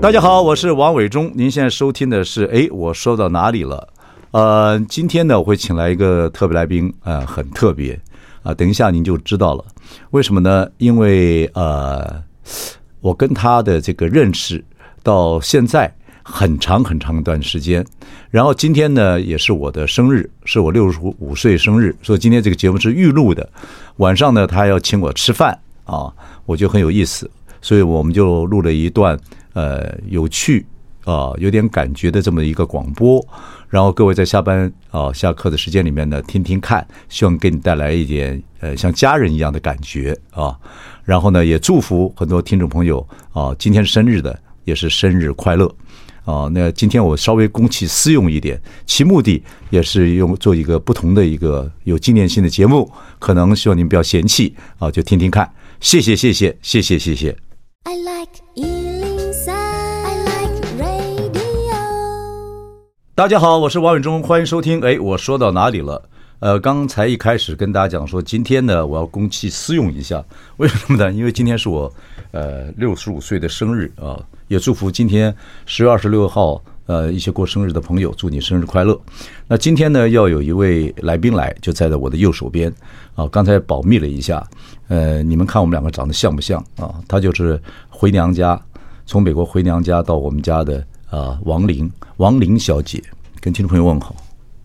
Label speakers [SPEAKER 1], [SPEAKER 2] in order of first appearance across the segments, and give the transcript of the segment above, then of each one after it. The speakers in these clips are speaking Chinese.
[SPEAKER 1] 大家好，我是王伟忠，您现在收听的是，哎，我说到哪里了？呃，今天呢，我会请来一个特别来宾，呃，很特别啊、等一下您就知道了，为什么呢？因为呃，我跟他的这个认识到现在很长很长一段时间，然后今天呢也是我的生日，是我六十五岁生日，所以今天这个节目是预录的。晚上呢，他要请我吃饭啊，我觉得很有意思，所以我们就录了一段呃有趣啊、有点感觉的这么一个广播。然后各位在下班啊、下课的时间里面呢，听听看，希望给你带来一点呃像家人一样的感觉啊。然后呢，也祝福很多听众朋友啊，今天生日的也是生日快乐。啊，那今天我稍微公器私用一点，其目的也是用做一个不同的一个有纪念性的节目，可能希望您不要嫌弃啊，就听听看，谢谢谢谢谢谢谢谢。
[SPEAKER 2] I like Ealing Sound. I like radio.
[SPEAKER 1] 大家好，我是王伟忠，欢迎收听。哎，我说到哪里了？呃，刚才一开始跟大家讲说，今天呢，我要公器私用一下，为什么呢？因为今天是我呃六十五岁的生日啊，也祝福今天十月二十六号呃一些过生日的朋友，祝你生日快乐。那今天呢，要有一位来宾来，就站在我的右手边啊。刚才保密了一下，呃，你们看我们两个长得像不像啊？他就是回娘家从美国回娘家到我们家的啊、王玲，王玲小姐，跟听众朋友问好。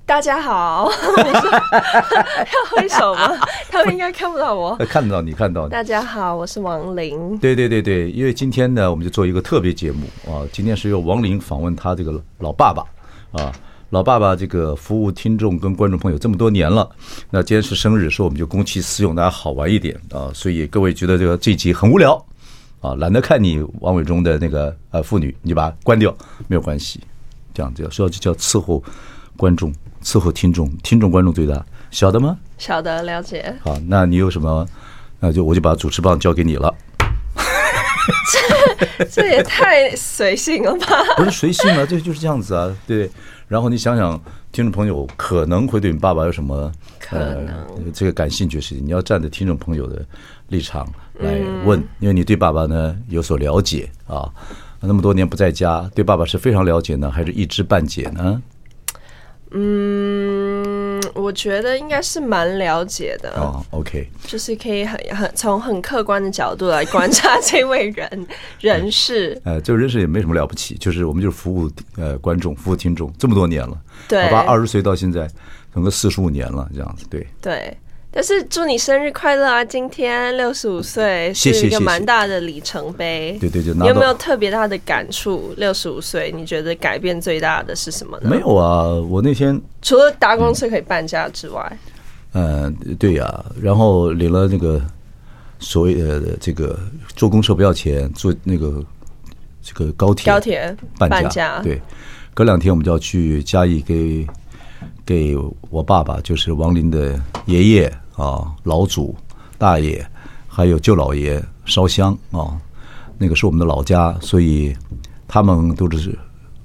[SPEAKER 3] 大家好， 我说要挥手吗？他们应该看不到我。
[SPEAKER 1] 呃，看得到你看到你。
[SPEAKER 3] 大家好，我是王琳。
[SPEAKER 1] 对对对对，因为今天呢，我们就做一个特别节目啊，今天是由王林访问他这个老爸爸啊，老爸爸这个服务听众跟观众朋友这么多年了，那今天是生日，说我们就公器私用，大家好玩一点啊，所以各位觉得这个这一集很无聊啊，懒得看你王伟忠的那个呃妇女，你就把它关掉，没有关系，这样就所以就叫伺候观众，伺候听众，听众观众最大，晓得吗？
[SPEAKER 3] 晓得了解，
[SPEAKER 1] 好，那你有什么？那就我就把主持棒交给你了。
[SPEAKER 3] 这也太随性了吧？
[SPEAKER 1] 不是随性啊， 这就是这样子啊，对。然后你想想，听众朋友可能会对你爸爸有什么
[SPEAKER 3] 可能
[SPEAKER 1] 呃、这个感兴趣的事情，你要站在听众朋友的立场来
[SPEAKER 3] 嗯
[SPEAKER 1] 问，因为你对爸爸呢有所了解啊，那么多年不在家，对爸爸是非常了解呢，还是一知半解呢？
[SPEAKER 3] 嗯，我觉得应该是蛮了解的，
[SPEAKER 1] 啊，OK，
[SPEAKER 3] 就是可以很很从很客观的角度来观察这位人人士。
[SPEAKER 1] 呃，这个认识也没什么了不起，就是我们就是服务呃观众、服务听众这么多年了，
[SPEAKER 3] 对
[SPEAKER 1] 好吧，二十岁到现在，整个四十五年了，这样子，对。
[SPEAKER 3] 对，但是祝你生日快乐啊！今天六十五岁
[SPEAKER 1] 谢
[SPEAKER 3] 是
[SPEAKER 1] 谢
[SPEAKER 3] 一个
[SPEAKER 1] 谢谢
[SPEAKER 3] 蛮大的里程碑。
[SPEAKER 1] 对对对拿
[SPEAKER 3] 你有没
[SPEAKER 1] 到
[SPEAKER 3] 有特别大的感触？六十五岁，你觉得改变最大的是什么呢？
[SPEAKER 1] 没，有啊，我那天
[SPEAKER 3] 除了搭公车可以半价之外，
[SPEAKER 1] 呃，对呀、然后领了那个所谓的这个坐公车不要钱，坐那个这个高铁
[SPEAKER 3] 高铁
[SPEAKER 1] 半价，
[SPEAKER 3] 半价
[SPEAKER 1] 对。隔两天我们就要去嘉义给给我爸爸，就是王林的爷爷啊、老祖、大爷，还有舅老爷烧香啊。那个是我们的老家，所以他们都是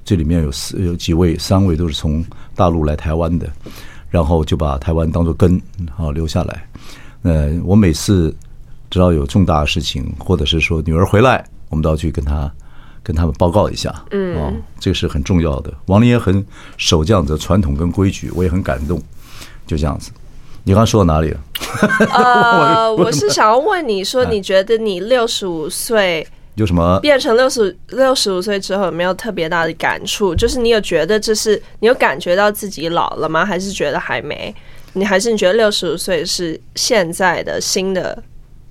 [SPEAKER 1] 这里面有四有几位，三位都是从大陆来台湾的，然后就把台湾当做根啊留下来。呃，我每次只要有重大事情，或者是说女儿回来，我们都要去跟她跟他们报告一下，嗯，啊，这个是很重要的。王林也很守这样子的传统跟规矩，我也很感动，就这样子。你刚刚说到哪里了？
[SPEAKER 3] 呃，我是想要问你说，
[SPEAKER 1] 嗯
[SPEAKER 3] 你觉得你六十五岁
[SPEAKER 1] 有什么？
[SPEAKER 3] 变成六十六十五岁之后，有没有特别大的感触？就是你有觉得这是你有感觉到自己老了吗？还是觉得还没？你还是你觉得六十五岁是现在的新的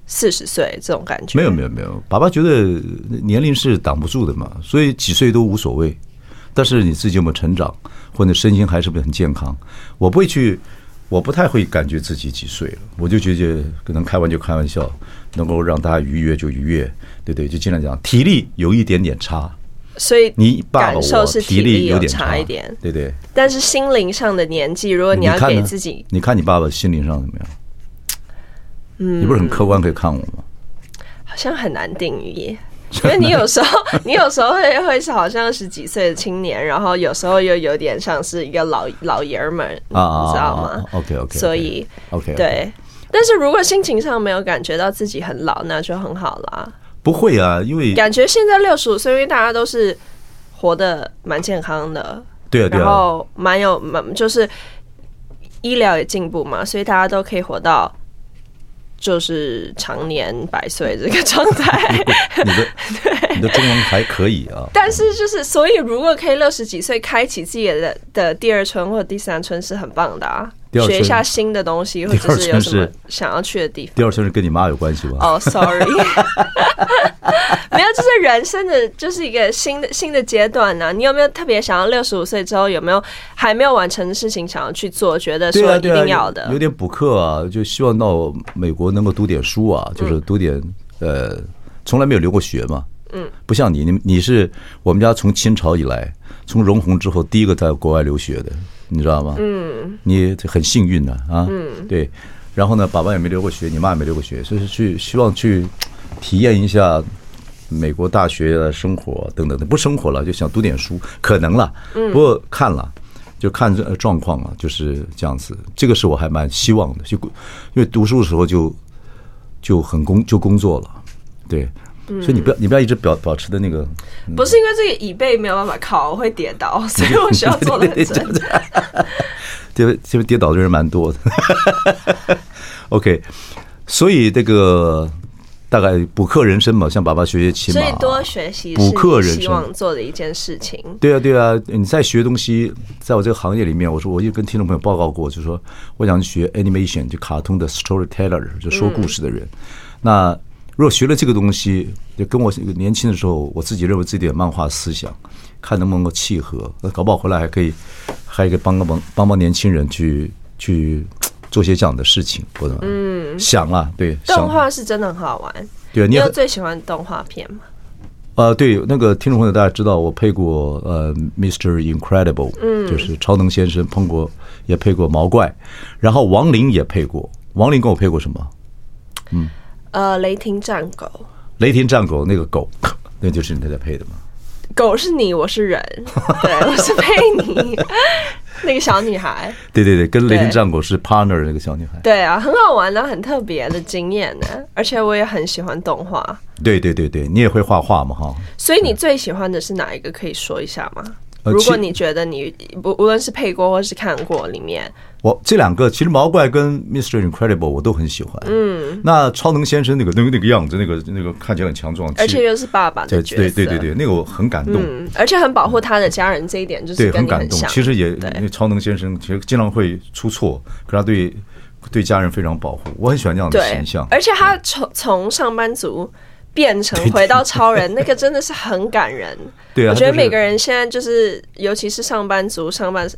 [SPEAKER 3] 四十岁这种感觉？
[SPEAKER 1] 没有没有没有，爸爸觉得年龄是挡不住的嘛，所以几岁都无所谓。但是你自己有没有成长，或者身心还是不是很健康？我不会去，我不太会感觉自己几岁了，我就觉得可能开玩就开玩笑，能够让大家愉悦就愉悦，对不对？就尽量讲体力有一点点差，
[SPEAKER 3] 所以
[SPEAKER 1] 你爸爸
[SPEAKER 3] 感受
[SPEAKER 1] 我
[SPEAKER 3] 是
[SPEAKER 1] 体
[SPEAKER 3] 体
[SPEAKER 1] 力有
[SPEAKER 3] 有
[SPEAKER 1] 点
[SPEAKER 3] 差一点，
[SPEAKER 1] 对对。
[SPEAKER 3] 但是心灵上的年纪，如果你要
[SPEAKER 1] 看呢
[SPEAKER 3] 给自己，
[SPEAKER 1] 你看你爸爸心灵上怎么样？嗯，你不是很客观可以看我吗？
[SPEAKER 3] 好像很难定义。因为你有时候， 你有时候会会是好像十几岁的青年，然后有时候又有点像是一个老老爷们儿，
[SPEAKER 1] 啊啊
[SPEAKER 3] 你知道
[SPEAKER 1] 啊啊
[SPEAKER 3] 吗
[SPEAKER 1] 啊，OK，OK，OK
[SPEAKER 3] 所以
[SPEAKER 1] OK，
[SPEAKER 3] 对，但是如果心情上没有感觉到自己很老，那就很好啦。
[SPEAKER 1] 不会啊，因为
[SPEAKER 3] 感觉现在六十五岁，因为大家都是活得蛮健康的，
[SPEAKER 1] 对啊对
[SPEAKER 3] 然
[SPEAKER 1] 啊，
[SPEAKER 3] 后蛮有蛮就是医疗也进步嘛，所以大家都可以活到就是常年百岁这个状 态。
[SPEAKER 1] 你 的你的中文还可以啊，
[SPEAKER 3] 但是就是，所以如果可以六十几岁开启自己的的第二春或者第三春是很棒的啊，
[SPEAKER 1] 第二春
[SPEAKER 3] 学一下新的东西，或
[SPEAKER 1] 第二
[SPEAKER 3] 者
[SPEAKER 1] 春
[SPEAKER 3] 是有什么
[SPEAKER 1] 是
[SPEAKER 3] 想要去的地方。
[SPEAKER 1] 第二圈是跟你妈有关系吧？
[SPEAKER 3] 哦、s o r r y 没有，就是人生的就是一个新的新的阶段呢、你有没有特别想要六十五岁之后有没有还没有完成的事情想要去做？觉得
[SPEAKER 1] 对
[SPEAKER 3] 说
[SPEAKER 1] 啊，
[SPEAKER 3] 一
[SPEAKER 1] 对啊，
[SPEAKER 3] 定要的，
[SPEAKER 1] 有有点补课啊，就希望到美国能够读点书
[SPEAKER 3] 嗯
[SPEAKER 1] 啊，就是读点、呃，从来没有留过学嘛，嗯，不像你，你你是我们家从清朝以来，从容闳之后第一个在国外留学的，你知道吗？嗯，你很幸运的啊，嗯，对，然后呢，爸爸也没留过学，你妈也没留过学，所以是去希望去体验一下。美国大学的生活等等的，不生活了，就想读点书，可能了，不过看了。就看这呃状况了，就是这样子。这个是我还蛮希望的，就因为读书的时候就就很工就工作了，对，所以你不要你不要一直保保持的那个，
[SPEAKER 3] 不是因为这个椅背没有办法靠，我会跌 倒，所以我需要做的很真。
[SPEAKER 1] 跌这跌倒的人蛮多的。OK，所以这个大概补课人生嘛，像爸爸学学骑
[SPEAKER 3] 所
[SPEAKER 1] 马
[SPEAKER 3] 以
[SPEAKER 1] 啊，
[SPEAKER 3] 多学习是
[SPEAKER 1] 补课人
[SPEAKER 3] 你希望
[SPEAKER 1] 生。
[SPEAKER 3] 做的一件事情。
[SPEAKER 1] 对啊，对啊，你在学东西，在我这个行业里面，我说我就跟听众朋友报告过，就说我想学 animation，就卡通的 storyteller，就说故事的人。那如果学了这个东西，就跟我年轻的时候，我自己认为自己有漫画思想，看能不能够契合，那搞不好回来还可以，还可以帮个忙，帮帮年轻人去去做些这样的事情。我怎么想啊？对，想
[SPEAKER 3] 动画是真的很好玩。
[SPEAKER 1] 对啊你
[SPEAKER 3] 你
[SPEAKER 1] 也
[SPEAKER 3] 有
[SPEAKER 1] 很
[SPEAKER 3] 最喜欢动画片吗？
[SPEAKER 1] 呃，对，那个听众朋友大家知道，我配过呃，Mr. Incredible，嗯，就是超能先生，碰过也配过毛怪，然后王林也配过，王林跟我配过什么？
[SPEAKER 3] 呃，雷霆战狗，
[SPEAKER 1] 雷霆战狗那个狗， 那就是你太太配的嘛？
[SPEAKER 3] 狗是你，我 是人，对，我是佩妮， 那个小女孩。
[SPEAKER 1] 对对对，跟雷霆
[SPEAKER 3] 对
[SPEAKER 1] 战狗是 partner 的那个小女孩。
[SPEAKER 3] 对啊，很好玩的，很特别的经验呢。而且我也很喜欢动画，
[SPEAKER 1] 对对对对，你也会画画嘛哈？
[SPEAKER 3] 所以你最喜欢的是哪一个？可以说一下吗？
[SPEAKER 1] 呃
[SPEAKER 3] 如果
[SPEAKER 1] 其
[SPEAKER 3] 你觉得你不无论是配过或是看过里面，
[SPEAKER 1] 我这两个其实毛怪跟 Mr. Incredible 我都很喜欢。嗯，那超能先生那个那个那个样子，那个那个看起来很强壮，
[SPEAKER 3] 而
[SPEAKER 1] 其
[SPEAKER 3] 且又是爸爸
[SPEAKER 1] 对
[SPEAKER 3] 的角色，
[SPEAKER 1] 对对对对，那个我很感动。
[SPEAKER 3] 嗯，而且很保护他的家人，这一点就是
[SPEAKER 1] 对，
[SPEAKER 3] 跟
[SPEAKER 1] 很
[SPEAKER 3] 你
[SPEAKER 1] 感动。
[SPEAKER 3] 像。
[SPEAKER 1] 其实也，
[SPEAKER 3] 对
[SPEAKER 1] 因为超能先生其实经常会出错，可他对对家人非常保护。我很喜欢这样的
[SPEAKER 3] 对
[SPEAKER 1] 形象，。
[SPEAKER 3] 而且他从从上班族变成回到超人，那个真的是很感人。
[SPEAKER 1] 对啊
[SPEAKER 3] 我觉
[SPEAKER 1] 他
[SPEAKER 3] 得
[SPEAKER 1] 就是
[SPEAKER 3] 每个人现在就是，尤其是上班族，上班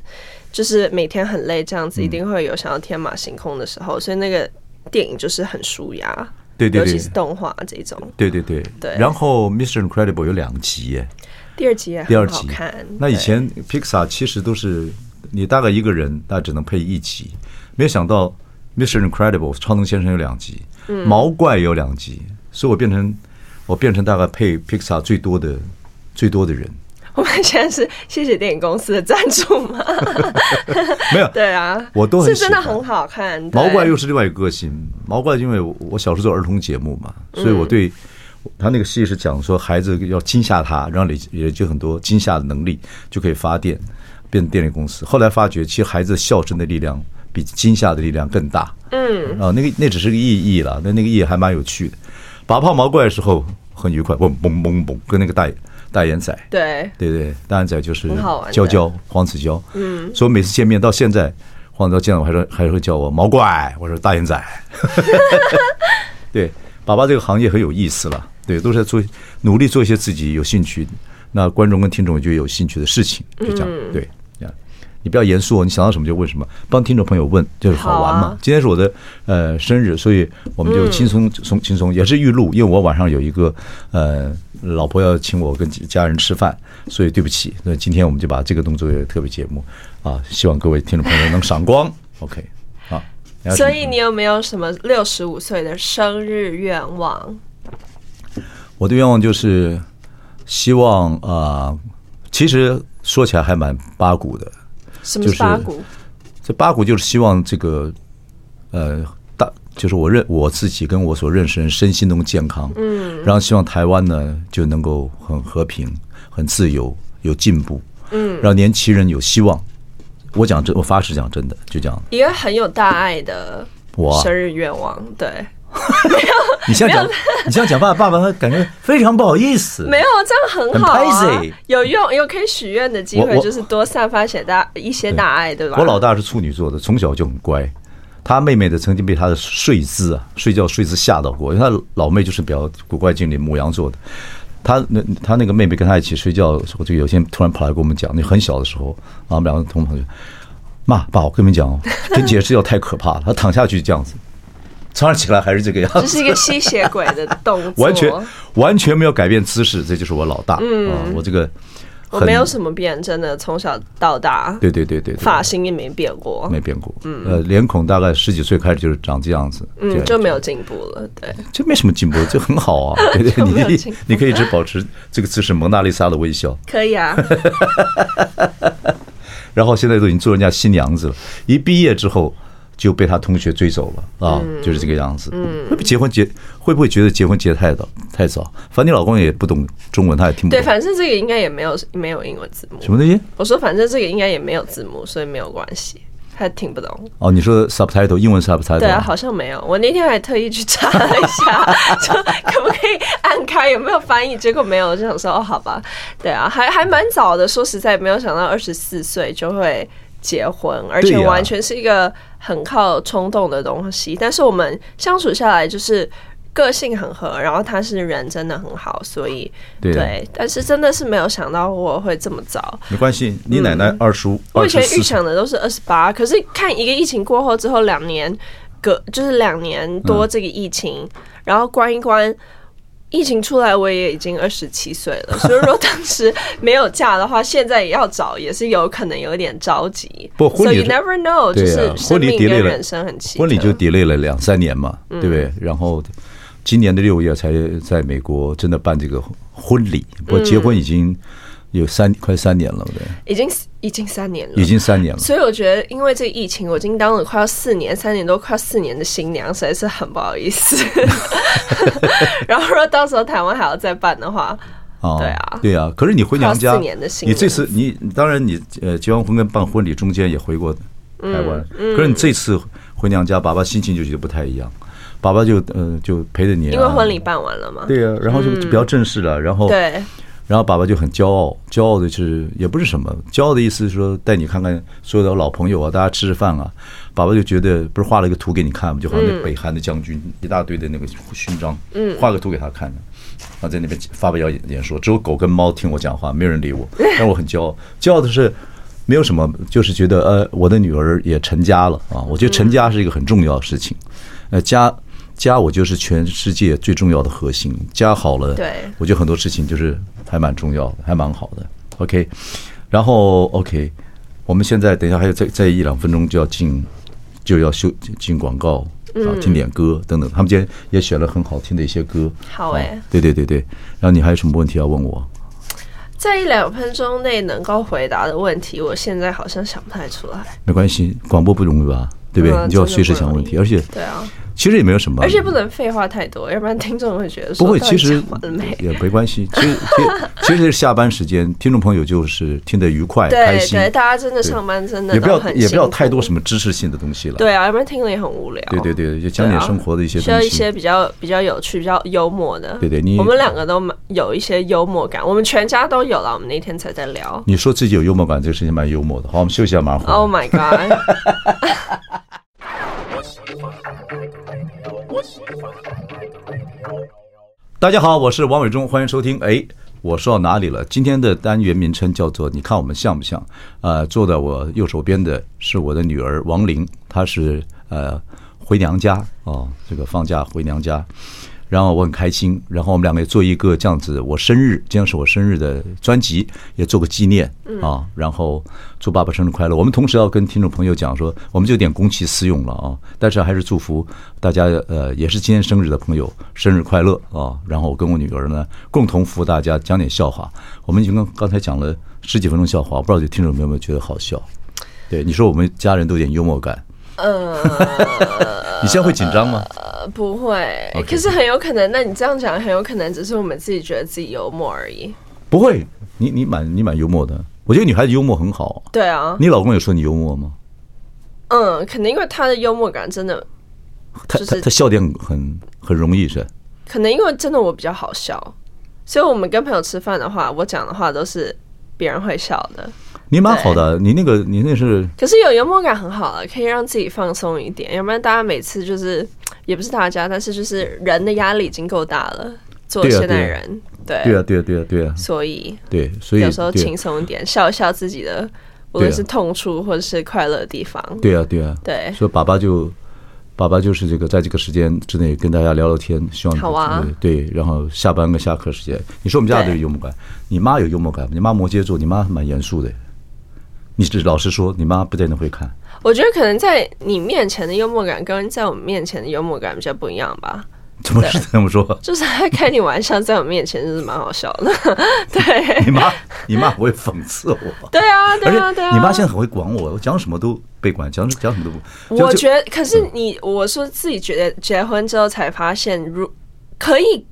[SPEAKER 3] 就是每天很累，这样
[SPEAKER 1] 嗯
[SPEAKER 3] 子一定会有想要天马行空的时候，所以那个电影就是很舒压。
[SPEAKER 1] 对对对
[SPEAKER 3] 尤其是动画这一种，
[SPEAKER 1] 对对对
[SPEAKER 3] 对
[SPEAKER 1] 然后《Mr. Incredible》有两集耶，
[SPEAKER 3] 第二集也
[SPEAKER 1] 第二
[SPEAKER 3] 很好
[SPEAKER 1] 集
[SPEAKER 3] 看。
[SPEAKER 1] 那以
[SPEAKER 3] 对
[SPEAKER 1] 前 Pixar 其实都是你大概一个人，大概只能配一集。没有想到《Mr. Incredible》超能先生有两集，毛怪有两集，所以我变成我变成大概配 Pixar 最多的最多的人。
[SPEAKER 3] 我们现在是谢谢电影公司的赞助吗？
[SPEAKER 1] 没有，
[SPEAKER 3] 对啊，
[SPEAKER 1] 我都很
[SPEAKER 3] 是真的
[SPEAKER 1] 喜欢
[SPEAKER 3] 很好看。对
[SPEAKER 1] 毛怪又是另外一个个性。毛怪因为我我小时候做儿童节目嘛，所以我对他那个戏是讲说孩子要惊吓他，然后累也就很多惊吓的能力就可以发电，变成电力公司。后来发觉，其实孩子笑声的力量比惊吓的力量更大。嗯，啊，那个那只是个意义了，那那个意义还蛮有趣的。拔泡毛怪的时候很愉快，嘣嘣嘣嘣，跟那个大眼大眼仔。
[SPEAKER 3] 对
[SPEAKER 1] 对对，大眼仔就是
[SPEAKER 3] 很好玩的
[SPEAKER 1] 娇娇黄子娇，嗯，所以我每次见面到现在，黄子娇见到我还说还会叫我毛怪，我说大眼仔，对，爸爸这个行业很有意思了，对，都是在做努力做一些自己有兴趣，那观众跟听众就有兴趣的事情，就这样，
[SPEAKER 3] 嗯
[SPEAKER 1] 对，这样。你不要严肃哦，你想到什么就问什么，帮听众朋友问，就是好玩嘛。
[SPEAKER 3] 好啊嗯
[SPEAKER 1] 今天是我的呃生日，所以我们就轻松轻松轻松，也是预录，因为我晚上有一个呃老婆要请我跟家人吃饭，所以对不起，那今天我们就把这个动作特别节目啊，希望各位听众朋友能赏光。OK，啊，要
[SPEAKER 3] 所以你有没有什么六十五岁的生日愿望？
[SPEAKER 1] 我的愿望就是希望啊、其实说起来还蛮八股的，
[SPEAKER 3] 什么是八股？
[SPEAKER 1] 这八股就是希望这个，呃，大就是我认我自己跟我所认识人身心都健康，嗯，然后希望台湾呢就能够很和平、很自由、有进步，嗯，让年轻人有希望。我讲真，我发誓讲真的，就这样。
[SPEAKER 3] 一个很有大爱的
[SPEAKER 1] 我啊呃
[SPEAKER 3] 生日愿望，对，
[SPEAKER 1] 你现在讲，你这样讲爸爸爸爸感觉非常不好意 思，
[SPEAKER 3] 没有啊这样很好
[SPEAKER 1] 很
[SPEAKER 3] 啊
[SPEAKER 1] paisy，
[SPEAKER 3] 有用有可以许愿的机
[SPEAKER 1] 我
[SPEAKER 3] 会，
[SPEAKER 1] 我
[SPEAKER 3] 就是多散发些大一些大爱，对吧？
[SPEAKER 1] 我老大是处女座的，从小就很乖。他妹妹的曾经被他的睡姿啊，睡觉睡姿吓到过，因为他老妹就是比较古怪精灵，母羊座的。他那他那个妹妹跟他一起睡觉的时候，就有一天突然跑来跟我们讲，那很小的时候，然后我们两个同朋友，妈爸，我跟你们讲哦，跟姐睡觉太可怕了，她躺下去这样 子，早上起来还是这个样子，
[SPEAKER 3] 这是一个吸血鬼的动作，
[SPEAKER 1] 完全完全没有改变姿势，这就是我老大、啊，我这个
[SPEAKER 3] 嗯我
[SPEAKER 1] 很
[SPEAKER 3] 没有什么变，真的从小到大，
[SPEAKER 1] 对对对对对
[SPEAKER 3] 发型也没变过，
[SPEAKER 1] 没变过，嗯，呃，脸孔大概十几岁开始就是长这样子，
[SPEAKER 3] 嗯，
[SPEAKER 1] 对
[SPEAKER 3] 就没有进步了，对。
[SPEAKER 1] 这没什么进步，这很好 啊，对对，你
[SPEAKER 3] 没有
[SPEAKER 1] 可
[SPEAKER 3] 进
[SPEAKER 1] 以
[SPEAKER 3] 步
[SPEAKER 1] 你可以一直保持这个姿势蒙娜丽莎的微笑，
[SPEAKER 3] 可以啊，
[SPEAKER 1] 然后现在都已经做人家新娘子了，一毕业之后就被他同学追走了啊，就是这个样子，嗯，会不会结婚结会不会觉得结婚结得太早太早？反正你老公也不懂中文，他也听不
[SPEAKER 3] 对，
[SPEAKER 1] 懂
[SPEAKER 3] 反正这个应该也没有没有英文字幕。
[SPEAKER 1] 什么东西
[SPEAKER 3] 我说反正这个应该也没有字幕，所以没有关系。他听不懂，
[SPEAKER 1] 哦，你说 subtitle 英文 subtitle，
[SPEAKER 3] 对啊，好像没有。我那天还特意去查了一下， 就可不可以按开有没有翻译，结果没有，我就想说哦，好吧，对啊，还还蛮早的。说实在，没有想到二十四岁就会结婚，而且
[SPEAKER 1] 对呀
[SPEAKER 3] 完全是一个很靠冲动的东西。但是我们相处下来，就是个性很合，然后他是人真的很好，所以
[SPEAKER 1] 对啊
[SPEAKER 3] 对，但是真的是没有想到我会这么早。
[SPEAKER 1] 没关系，你奶奶二十五，
[SPEAKER 3] 嗯我以前
[SPEAKER 1] 24
[SPEAKER 3] 预想的都是二十八，可是看一个疫情过后之后两年，隔就是两年
[SPEAKER 1] 嗯
[SPEAKER 3] 多这个疫情，然后关一关，疫情出来我也已经二十七岁了，所以说当时没有嫁的话，现在也要找也是有可能有点着急。
[SPEAKER 1] 不婚
[SPEAKER 3] so
[SPEAKER 1] 礼
[SPEAKER 3] you never know，就
[SPEAKER 1] 对
[SPEAKER 3] 是
[SPEAKER 1] 啊
[SPEAKER 3] 生
[SPEAKER 1] 婚礼
[SPEAKER 3] 命
[SPEAKER 1] delay
[SPEAKER 3] 跟
[SPEAKER 1] 了
[SPEAKER 3] 人生很奇特。
[SPEAKER 1] 婚礼就 delay 了两三年嘛，
[SPEAKER 3] 嗯
[SPEAKER 1] 对不对？然后今年的六月才在美国真的办这个婚礼，不过
[SPEAKER 3] 嗯
[SPEAKER 1] 结婚已经有三快三年了，对，
[SPEAKER 3] 已经已经三年了，
[SPEAKER 1] 已经三年了。
[SPEAKER 3] 所以我觉得，因为这个疫情，我已经当了快要四年、三年多、快要四年的新娘，实在是很不好意思。 然后如果到时候台湾还要再办的话，
[SPEAKER 1] 啊
[SPEAKER 3] 对啊
[SPEAKER 1] 对啊。可是你回娘
[SPEAKER 3] 跨
[SPEAKER 1] 家，
[SPEAKER 3] 四年的新
[SPEAKER 1] 你
[SPEAKER 3] 年
[SPEAKER 1] 这次你当然你呃结完婚跟办婚礼中间也回过台湾，
[SPEAKER 3] 嗯
[SPEAKER 1] 可是你这次回娘家，爸爸心情就觉得不太一样，爸爸就呃就陪着你、啊，
[SPEAKER 3] 因为婚礼嗯办完了嘛，
[SPEAKER 1] 对哦啊，然后就就比较正式了，然后
[SPEAKER 3] 对
[SPEAKER 1] 然后爸爸就很骄傲，骄傲的是也不是什么，骄傲的意思是说带你看看所有的老朋友啊，大家吃吃饭啊。爸爸就觉得不是画了一个图给你看吗？就好像那北韩的将军一大堆的那个勋章，嗯，画个图给他看的。然后啊在那边发表演演说，只有狗跟猫听我讲话，没有人理我，但我很骄傲。骄傲的是没有什么，就是觉得呃，我的女儿也成家了啊。我觉得成家是一个很重要的事情，呃，家家我觉得是全世界最重要的核心，家好了，
[SPEAKER 3] 对
[SPEAKER 1] 我觉得很多事情就是还蛮重要的，还蛮好的。OK，然后 OK，我们现在等一下还有再再一两分钟就要进就要休进广告
[SPEAKER 3] 嗯
[SPEAKER 1] 啊，听点歌等等。他们今天也选了很好听的一些歌。
[SPEAKER 3] 好欸
[SPEAKER 1] 啊对对对对。然后你还有什么问题要问我？
[SPEAKER 3] 在一两分钟内能够回答的问题，我现在好像想不太出来。
[SPEAKER 1] 没关系，广播不容易吧？对不对？
[SPEAKER 3] 嗯
[SPEAKER 1] 你就要
[SPEAKER 3] 真的
[SPEAKER 1] 随时
[SPEAKER 3] 不
[SPEAKER 1] 想
[SPEAKER 3] 容
[SPEAKER 1] 问
[SPEAKER 3] 易
[SPEAKER 1] 题，而且
[SPEAKER 3] 对啊，
[SPEAKER 1] 其实也没有什么，
[SPEAKER 3] 而且不能废话太多，要不然听众会觉得说
[SPEAKER 1] 不会，
[SPEAKER 3] 到底
[SPEAKER 1] 其实
[SPEAKER 3] 讲完了没？
[SPEAKER 1] 也没关系。其实其实其实是下班时间，听众朋友就是听得愉快、开
[SPEAKER 3] 对
[SPEAKER 1] 心，
[SPEAKER 3] 对，大家真的
[SPEAKER 1] 对
[SPEAKER 3] 上班真的
[SPEAKER 1] 也不
[SPEAKER 3] 都
[SPEAKER 1] 要
[SPEAKER 3] 很
[SPEAKER 1] 也不要
[SPEAKER 3] 辛苦
[SPEAKER 1] 太多什么知识性的东西了。
[SPEAKER 3] 对啊，要不然听了也很无聊。
[SPEAKER 1] 对对对就讲点
[SPEAKER 3] 对啊
[SPEAKER 1] 生活的一些
[SPEAKER 3] 需要
[SPEAKER 1] 东
[SPEAKER 3] 一
[SPEAKER 1] 西
[SPEAKER 3] 些比较比较有趣、比较幽默的。
[SPEAKER 1] 对对你
[SPEAKER 3] 我们两个都蛮有一些幽默感，我们全家都有了。我们那天才在聊。
[SPEAKER 1] 你说自己有幽默感，这个事情蛮幽默的。好，我们休息一下，马上回来。
[SPEAKER 3] Oh my god！
[SPEAKER 1] 大家好，我是王伟忠，欢迎收听。哎，我说到哪里了？今天的单元名称叫做“你看我们像不像”。呃，坐在我右手边的是我的女儿王玲，她是呃回娘家哦，这个放假回娘家。然后我很开心，然后我们两个也做一个这样子，我生日，今天是我生日的专辑，也做个纪念啊，然后祝爸爸生日快乐。我们同时要跟听众朋友讲说，我们就有点公器私用了啊，但是还是祝福大家，呃，也是今天生日的朋友生日快乐啊。然后我跟我女儿呢，共同服务大家，讲点笑话。我们已经刚刚才讲了十几分钟笑话，我不知道有听众朋友们觉得好笑。对，你说我们家人都有点幽默感， 你现在会紧张吗？
[SPEAKER 3] 呃，不会
[SPEAKER 1] OK
[SPEAKER 3] 可是很有可能，那你这样讲，很有可能只是我们自己觉得自己幽默而已。
[SPEAKER 1] 不会，你你蛮你蛮幽默的，我觉得女孩子幽默很好。
[SPEAKER 3] 对啊，
[SPEAKER 1] 你老公有说你幽默吗？
[SPEAKER 3] 嗯，肯定因为他的幽默感真的，
[SPEAKER 1] 他
[SPEAKER 3] 就是
[SPEAKER 1] 他他笑点很很容易是吧？
[SPEAKER 3] 可能因为真的我比较好笑，所以我们跟朋友吃饭的话，我讲的话都是别人会笑的。
[SPEAKER 1] 你蛮好的，你那个你那是
[SPEAKER 3] 可是有幽默感很好啊，可以让自己放松一点，要不然大家每次就是，也不是大家，但是就是人的压力已经够大了，做
[SPEAKER 1] 对啊
[SPEAKER 3] 现代
[SPEAKER 1] 对啊
[SPEAKER 3] 人，对,、
[SPEAKER 1] 对啊对啊对啊对啊
[SPEAKER 3] 所以
[SPEAKER 1] 对，所以
[SPEAKER 3] 有时候
[SPEAKER 1] 对
[SPEAKER 3] 轻
[SPEAKER 1] 啊
[SPEAKER 3] 松一点，笑一笑自己的，无论
[SPEAKER 1] 对啊
[SPEAKER 3] 是痛处或者是快乐的地方，
[SPEAKER 1] 对啊对啊，
[SPEAKER 3] 对
[SPEAKER 1] 所以爸爸就爸爸就是这个在这个时间之内跟大家聊聊天，希望呃
[SPEAKER 3] 好啊
[SPEAKER 1] 对，然后下班跟下课时间，你说我们家
[SPEAKER 3] 对
[SPEAKER 1] 有幽默感，你妈有幽默感吗，你妈摩羯座，你妈蛮严肃的。你只老实说，你妈不见得会看。
[SPEAKER 3] 我觉得可能在你面前的幽默感跟在我们面前的幽默感比较不一样吧。
[SPEAKER 1] 怎么是这么说？
[SPEAKER 3] 就是他开你玩笑，在我面前就是蛮好笑的。 对，
[SPEAKER 1] 你妈，你妈不会讽刺我。
[SPEAKER 3] 对啊，
[SPEAKER 1] 而
[SPEAKER 3] 对啊，对
[SPEAKER 1] 且
[SPEAKER 3] 啊。
[SPEAKER 1] 你妈现在很会管我，我讲什么都被管，讲讲什么都不。就
[SPEAKER 3] 我
[SPEAKER 1] 就嗯
[SPEAKER 3] 觉得，可是你，我说自己觉得结婚之后才发现，如可以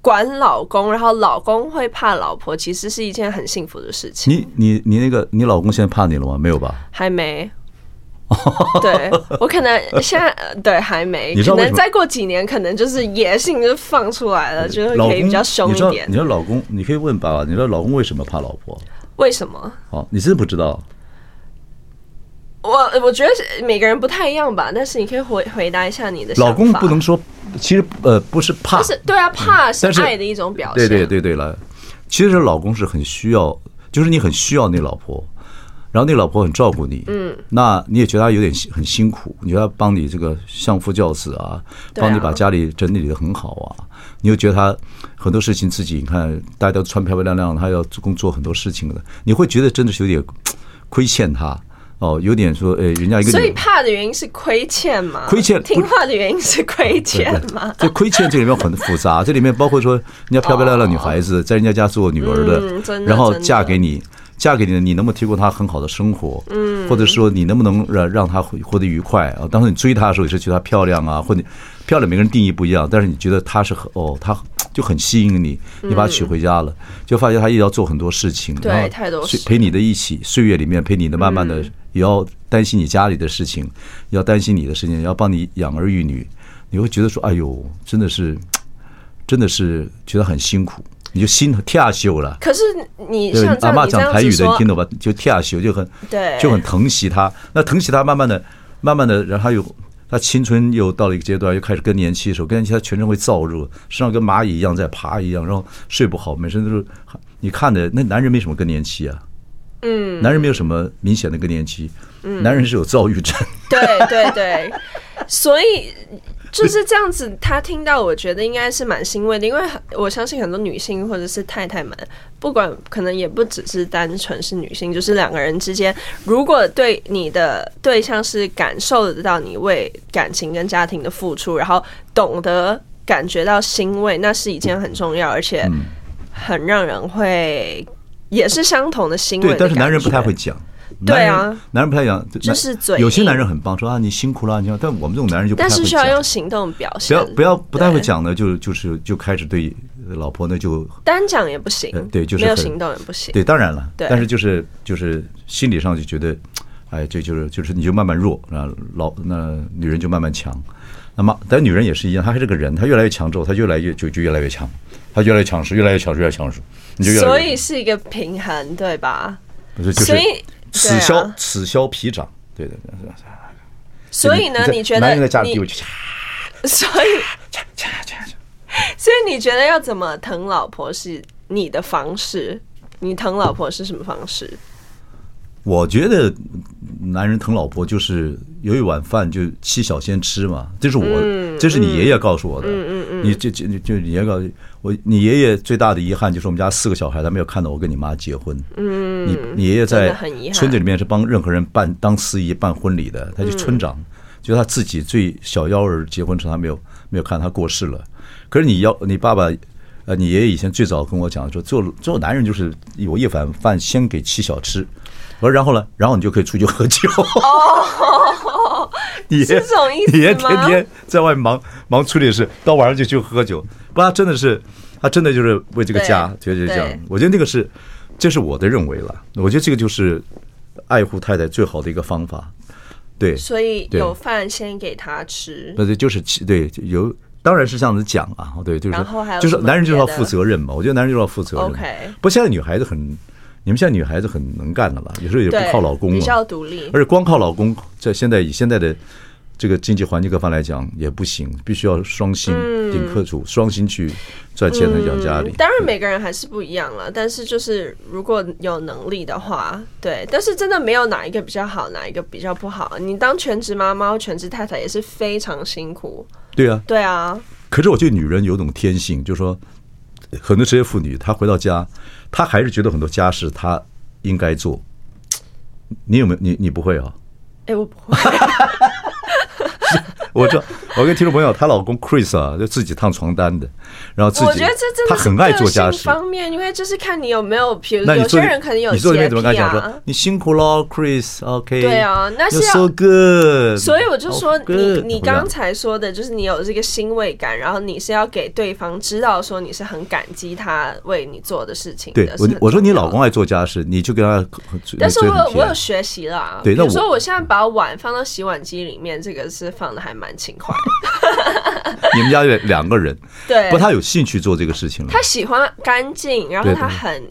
[SPEAKER 3] 管老公，然后老公会怕老婆，其实是一件很幸福的事情。
[SPEAKER 1] 你你你那个你老公现在怕你了吗？没有吧？
[SPEAKER 3] 还没。
[SPEAKER 1] 哦
[SPEAKER 3] 对我可能 现在呃对还没，
[SPEAKER 1] 你知
[SPEAKER 3] 可
[SPEAKER 1] 道为
[SPEAKER 3] 能
[SPEAKER 1] 什么
[SPEAKER 3] 再过几年，可能就是野性就放出来了，就是
[SPEAKER 1] 老
[SPEAKER 3] 可
[SPEAKER 1] 公，
[SPEAKER 3] 以比较凶
[SPEAKER 1] 你
[SPEAKER 3] 一
[SPEAKER 1] 知道
[SPEAKER 3] 点
[SPEAKER 1] 你。知道老公，你可以问爸爸，你知道老公为什么怕老婆？
[SPEAKER 3] 为什么？
[SPEAKER 1] 哦，你真不知道？
[SPEAKER 3] 我我觉得是每个人不太一样吧，但是你可以回回答一下你的想法
[SPEAKER 1] 老公不能说，其实呃不是怕
[SPEAKER 3] 不，是对啊，怕是
[SPEAKER 1] 但是
[SPEAKER 3] 爱的一种表
[SPEAKER 1] 对
[SPEAKER 3] 现，
[SPEAKER 1] 对对对了，其实老公是很需要，就是你很需要那老婆，然后那老婆很照顾你，嗯，那你也觉得她有点辛很辛苦，你觉得她帮你这个相夫教子啊，
[SPEAKER 3] 对啊
[SPEAKER 1] 帮你把家里整理的很好啊，你又觉得她很多事情自己，你看大家都穿漂漂亮亮，她要工作很多事情的，你会觉得真的是有点亏欠她哦，有点说，哎，人家一个
[SPEAKER 3] 所以
[SPEAKER 1] 女。
[SPEAKER 3] 怕的原因是亏欠嘛，
[SPEAKER 1] 亏欠啊
[SPEAKER 3] 听话的原因是亏欠嘛，
[SPEAKER 1] 这亏欠这里面很复杂，这里面包括说，人家漂漂亮亮女孩子在人家家做女儿
[SPEAKER 3] 嗯
[SPEAKER 1] 的
[SPEAKER 3] 真，的
[SPEAKER 1] 然后
[SPEAKER 3] 真的
[SPEAKER 1] 嫁给你，嫁给你，你能不能提供她很好的生活？嗯，或者说你能不能让让她活得愉快啊？当时你追她的时候也是觉得她漂亮啊，或者漂亮每个人定义不一样，但是你觉得她是很哦，她就很吸引你，你把她娶回家了，就发现她也要做很多事情，
[SPEAKER 3] 嗯对
[SPEAKER 1] 然后
[SPEAKER 3] 太多
[SPEAKER 1] 岁
[SPEAKER 3] 事嗯
[SPEAKER 1] 陪你的一起岁月里面陪你的，慢慢的也要担心你家里的事情，也要担心你的事情，也要帮你养儿育女，你会觉得说，哎呦，真的是，真的是觉得很辛苦，你就心跳羞了。
[SPEAKER 3] 可是你
[SPEAKER 1] 对
[SPEAKER 3] 像，这
[SPEAKER 1] 阿妈
[SPEAKER 3] 样，你这
[SPEAKER 1] 讲
[SPEAKER 3] 样
[SPEAKER 1] 台
[SPEAKER 3] 子
[SPEAKER 1] 语的，你
[SPEAKER 3] 说
[SPEAKER 1] 听，懂吧？就跳羞，就很
[SPEAKER 3] 对
[SPEAKER 1] 就很疼惜她。那疼惜她，慢慢的、慢慢的，然后她又她青春又到了一个阶段，又开始更年期的时候，更年期她全身会燥热，身上跟蚂蚁一样在爬一样，然后睡不好，每身都是。你看的那男人没什么更年期啊，嗯，男人没有什么明显的更年期，
[SPEAKER 3] 嗯
[SPEAKER 1] 男人是有躁郁症。
[SPEAKER 3] 对对对，所以。就是这样子，他听到，我觉得应该是蛮欣慰的，因为很我相信很多女性或者是太太们，不管可能也不只是单纯是女性，就是两个人之间，如果对你的对象是感受得到你为感情跟家庭的付出，然后懂得感觉到欣慰，那是一件很重要，而且很让人会也是相同的欣慰
[SPEAKER 1] 对
[SPEAKER 3] 的，
[SPEAKER 1] 但是男人不太
[SPEAKER 3] 感觉
[SPEAKER 1] 会讲。
[SPEAKER 3] 对啊
[SPEAKER 1] 男人，男人不太讲，
[SPEAKER 3] 就
[SPEAKER 1] 男
[SPEAKER 3] 是嘴
[SPEAKER 1] 有些
[SPEAKER 3] 硬
[SPEAKER 1] 男人很棒，说啊你辛苦了，你看，但我们这种男人就不太
[SPEAKER 3] 但
[SPEAKER 1] 会
[SPEAKER 3] 是需
[SPEAKER 1] 讲
[SPEAKER 3] 要用行动表
[SPEAKER 1] 不
[SPEAKER 3] 现，
[SPEAKER 1] 要不要不太会
[SPEAKER 3] 对，
[SPEAKER 1] 讲的，就就是就开始对老婆呢就
[SPEAKER 3] 单讲也不行
[SPEAKER 1] 呃，对就是
[SPEAKER 3] 没有
[SPEAKER 1] 很
[SPEAKER 3] 行动也不行，
[SPEAKER 1] 对，当然了，
[SPEAKER 3] 对
[SPEAKER 1] 但是就是就是心理上就觉得，哎，这就是就是你就慢慢弱，那老那女人就慢慢强，那么但女人也是一样，她还是个人，她越来越强之后，她越来越就就越来越强，她越来越强势，越来越强势，越来越强势，你就越
[SPEAKER 3] 所
[SPEAKER 1] 来越
[SPEAKER 3] 以是一个平衡，对吧？
[SPEAKER 1] 不是就是
[SPEAKER 3] 所以
[SPEAKER 1] 此消、
[SPEAKER 3] 对啊
[SPEAKER 1] 此消彼长，对的。对对
[SPEAKER 3] 所以呢，
[SPEAKER 1] 在
[SPEAKER 3] 你觉
[SPEAKER 1] 男
[SPEAKER 3] 得
[SPEAKER 1] 人在家里地 位
[SPEAKER 3] 你
[SPEAKER 1] 就掐
[SPEAKER 3] 所以
[SPEAKER 1] 掐掐掐掐，
[SPEAKER 3] 所以你觉得要怎么疼老婆是你的方式？你疼老婆是什么方式？
[SPEAKER 1] 我觉得男人疼老婆就是有一碗饭就七小先吃嘛，这是我，这是你爷爷告诉我的。嗯嗯你这这就你爷爷告诉我，你爷爷最大的遗憾就是我们家四个小孩，他没有看到我跟你妈结婚。嗯，你你爷爷
[SPEAKER 3] 真的
[SPEAKER 1] 在
[SPEAKER 3] 很遗憾
[SPEAKER 1] 村子里面是帮任何人办当司仪办婚礼的，
[SPEAKER 3] 嗯
[SPEAKER 1] 他就村长，就他自己最小幺儿结婚时候他没有没有看他过世了。可是你要你爸爸。呃，你爷爷以前最早跟我讲说，做做男人就是有一碗饭先给妻小吃，我说然后呢，然后你就可以出去喝酒。 你爷
[SPEAKER 3] 哦是这种意思吗
[SPEAKER 1] 你爷天天 在外忙忙处理事，到晚上就去喝酒。不，他真的是，他真的就是为这个家，觉得
[SPEAKER 3] 对
[SPEAKER 1] 这样
[SPEAKER 3] 对。
[SPEAKER 1] 我觉得那个是，这是我的认为了。我觉得这个就是爱护太太最好的一个方法。对，
[SPEAKER 3] 所以
[SPEAKER 1] 对
[SPEAKER 3] 有饭先给他吃。
[SPEAKER 1] 那对，就是其对有，当然是这样子讲啊，对，就是
[SPEAKER 3] 然后还有
[SPEAKER 1] 就是
[SPEAKER 3] 什么
[SPEAKER 1] 男人就是要
[SPEAKER 3] 别的
[SPEAKER 1] 负责任嘛，我觉得男人就是要负责任。
[SPEAKER 3] OK
[SPEAKER 1] 不，现在女孩子很，你们现在女孩子很能干的了，有时候也不
[SPEAKER 3] 对，
[SPEAKER 1] 靠老公啊
[SPEAKER 3] 比
[SPEAKER 1] 了，
[SPEAKER 3] 较独立。
[SPEAKER 1] 而且光靠老公，在现在以现在的这个经济环境各方来讲也不行，必须要双薪
[SPEAKER 3] 嗯
[SPEAKER 1] 顶客主，双薪去赚钱来养家里。
[SPEAKER 3] 当然
[SPEAKER 1] 对
[SPEAKER 3] 每个人还是不一样了，但是就是如果有能力的话，对，但是真的没有哪一个比较好，哪一个比较不好。你当全职妈妈、或全职太太也是非常辛苦，
[SPEAKER 1] 对啊，
[SPEAKER 3] 对啊，
[SPEAKER 1] 可是我觉得女人有种天性，就是说，很多职业妇女她回到家，她还是觉得很多家事她应该做。你有没有？你你不会啊？
[SPEAKER 3] 哎，我不 会，
[SPEAKER 1] 我这我跟听众朋友，她老公 Chris 啊，就自己烫床单的，然后自己，
[SPEAKER 3] 我觉得这真的
[SPEAKER 1] 她
[SPEAKER 3] 是
[SPEAKER 1] 很爱
[SPEAKER 3] 个
[SPEAKER 1] 做家
[SPEAKER 3] 性
[SPEAKER 1] 事。
[SPEAKER 3] 方面，因为就是看你有没有，比如
[SPEAKER 1] 那你
[SPEAKER 3] 有
[SPEAKER 1] 坐
[SPEAKER 3] 些
[SPEAKER 1] 在
[SPEAKER 3] 人可能有
[SPEAKER 1] 你坐
[SPEAKER 3] 洁
[SPEAKER 1] 那边怎么
[SPEAKER 3] 癖
[SPEAKER 1] 跟他讲
[SPEAKER 3] 啊
[SPEAKER 1] 说。你辛苦喽，Chris，OK？、
[SPEAKER 3] 对啊那是
[SPEAKER 1] You're
[SPEAKER 3] 要
[SPEAKER 1] so good。
[SPEAKER 3] 所以我就说
[SPEAKER 1] so
[SPEAKER 3] 你，
[SPEAKER 1] good，
[SPEAKER 3] 你
[SPEAKER 1] 怎么样
[SPEAKER 3] 刚才说的就是你有这个欣慰感，然后你是要给对方知道说你是很感激他为你做的事情的。
[SPEAKER 1] 对
[SPEAKER 3] 是
[SPEAKER 1] 我
[SPEAKER 3] 很
[SPEAKER 1] 我说你
[SPEAKER 3] 重要
[SPEAKER 1] 老
[SPEAKER 3] 的
[SPEAKER 1] 公爱做家事，你就跟他，
[SPEAKER 3] 但是
[SPEAKER 1] 你
[SPEAKER 3] 我
[SPEAKER 1] 嘴很
[SPEAKER 3] 有
[SPEAKER 1] 甜
[SPEAKER 3] 我有学习啦，
[SPEAKER 1] 对
[SPEAKER 3] 比
[SPEAKER 1] 那
[SPEAKER 3] 如说
[SPEAKER 1] 我
[SPEAKER 3] 我现在把碗放到洗碗机里面，这个是放的还蛮勤快 的。
[SPEAKER 1] 你们家有两个人，
[SPEAKER 3] 对，
[SPEAKER 1] 不，他有兴趣做这个事情了
[SPEAKER 3] 他。喜欢干净，然后
[SPEAKER 1] 对对
[SPEAKER 3] 他
[SPEAKER 1] 对
[SPEAKER 3] 很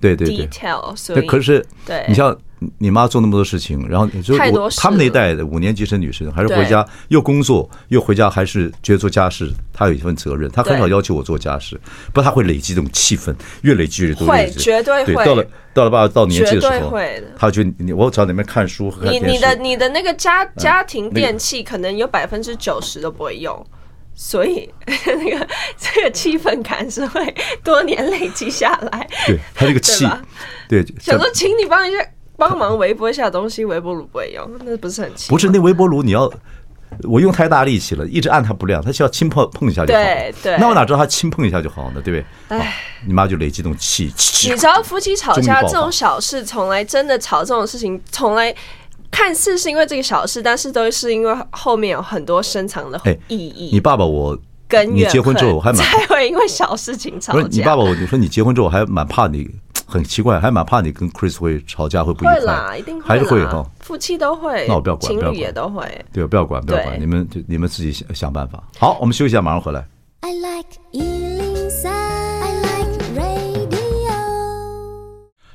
[SPEAKER 1] 对对对，
[SPEAKER 3] detail，所
[SPEAKER 1] 那
[SPEAKER 3] 以
[SPEAKER 1] 可是，
[SPEAKER 3] 对
[SPEAKER 1] 你像你妈做那么多事情，然后你就
[SPEAKER 3] 太多
[SPEAKER 1] 我
[SPEAKER 3] 事
[SPEAKER 1] 他们那一
[SPEAKER 3] 了
[SPEAKER 1] 代的五年级生女生，还是
[SPEAKER 3] 对
[SPEAKER 1] 回家又工作又回家，还是觉得做家事，她有一份责任，她很
[SPEAKER 3] 对
[SPEAKER 1] 少要求我做家事，不，她会累积这种气氛，越累积越多，
[SPEAKER 3] 会
[SPEAKER 1] 越累积
[SPEAKER 3] 绝对会
[SPEAKER 1] 到了到了爸爸到年纪的时
[SPEAKER 3] 绝对
[SPEAKER 1] 候
[SPEAKER 3] 会的，
[SPEAKER 1] 她觉得你我找你们看书看
[SPEAKER 3] 你
[SPEAKER 1] 电视，啊
[SPEAKER 3] 你的你的那个家家庭
[SPEAKER 1] 那个
[SPEAKER 3] 电器可能有百分之九十都不会用。所以 那个这个气氛感是会多年累积下来。
[SPEAKER 1] 对她这个气
[SPEAKER 3] 对吧，
[SPEAKER 1] 对，像
[SPEAKER 3] 想说，请你帮一下帮忙微波一下东西，微波炉不会用，那不是很奇怪？
[SPEAKER 1] 不是那微波炉你要。我用太大力气了，一直按它不亮，它需要轻碰碰一下就好了。
[SPEAKER 3] 对对
[SPEAKER 1] 那我哪知道它轻碰一下就好呢？对不对？啊你妈就累积这种气，气
[SPEAKER 3] 你知道夫妻吵架
[SPEAKER 1] 终于爆
[SPEAKER 3] 这
[SPEAKER 1] 发
[SPEAKER 3] 种小事，从来真的吵这种事情，从来看似是因为这个小事，但是都是因为后面有很多深藏的
[SPEAKER 1] 哎
[SPEAKER 3] 意义。
[SPEAKER 1] 你爸爸我
[SPEAKER 3] 跟
[SPEAKER 1] 你结婚之后我还蛮
[SPEAKER 3] 才会因为小事情吵
[SPEAKER 1] 不是
[SPEAKER 3] 架。
[SPEAKER 1] 你爸爸，我你说你结婚之后还蛮怕你，很奇怪，还蛮怕你跟 Chris 会吵架，会不愉
[SPEAKER 3] 会啦，
[SPEAKER 1] 快，
[SPEAKER 3] 一定会
[SPEAKER 1] 还是会
[SPEAKER 3] 啦
[SPEAKER 1] 哈。
[SPEAKER 3] 夫妻都会，
[SPEAKER 1] 那我不要管不要
[SPEAKER 3] 情侣
[SPEAKER 1] 管
[SPEAKER 3] 也都会。
[SPEAKER 1] 对，不要管，不要管，
[SPEAKER 3] 对
[SPEAKER 1] 你们就你们自己想想办法。好，我们休息一下，马上回来。
[SPEAKER 2] I like Ealing Sound. I like radio.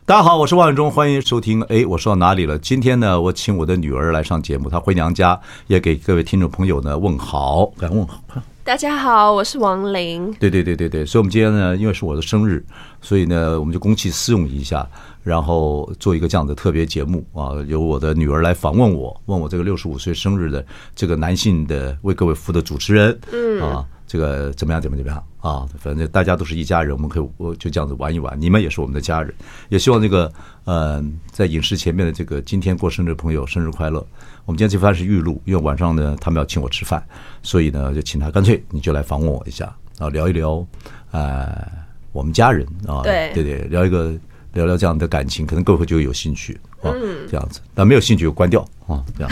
[SPEAKER 1] 大家好，我是万永忠，欢迎收听。哎，我说到哪里了？今天呢，我请我的女儿来上节目，她回娘家，也给各位听众朋友呢问好，敢问好，快
[SPEAKER 3] 大家好，我是王琳。
[SPEAKER 1] 对对对对对，所以我们今天呢，因为是我的生日，所以呢，我们就公器私用一下，然后做一个这样的特别节目啊，由我的女儿来访问我，问我这个六十五岁生日的这个男性的为各位服务的主持人，嗯啊，这个怎么样怎么样怎么样啊，反正大家都是一家人，我们可以我就这样子玩一玩，你们也是我们的家人，也希望这个呃，在影视前面的这个今天过生日的朋友生日快乐。我们今天这番是预录，因为晚上呢他们要请我吃饭，所以呢就请他干脆你就来访问我一下啊，聊一聊，呃，我们家人啊，
[SPEAKER 3] 对
[SPEAKER 1] 对对，聊一个聊聊这样的感情，可能各位就有兴趣啊，
[SPEAKER 3] 嗯
[SPEAKER 1] 这样子，但没有兴趣就关掉啊，这样。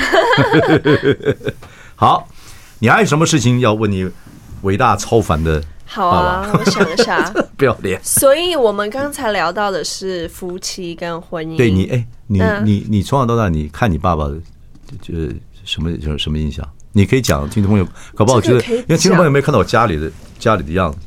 [SPEAKER 1] 好，你还有什么事情要问你伟大超凡的
[SPEAKER 3] 好
[SPEAKER 1] 爸
[SPEAKER 3] 啊
[SPEAKER 1] 爸？，
[SPEAKER 3] 我想一 下。
[SPEAKER 1] 不要脸，
[SPEAKER 3] 所以我们刚才聊到的是夫妻跟婚姻。
[SPEAKER 1] 对你，哎，你
[SPEAKER 3] 嗯
[SPEAKER 1] 你你从小到大，你看你爸爸，呃，什么就是什么印象？你可以讲，听众朋友，搞不好觉
[SPEAKER 3] 这
[SPEAKER 1] 得
[SPEAKER 3] 个可以，
[SPEAKER 1] 因为听众朋友没有看到我家里的家里的样子，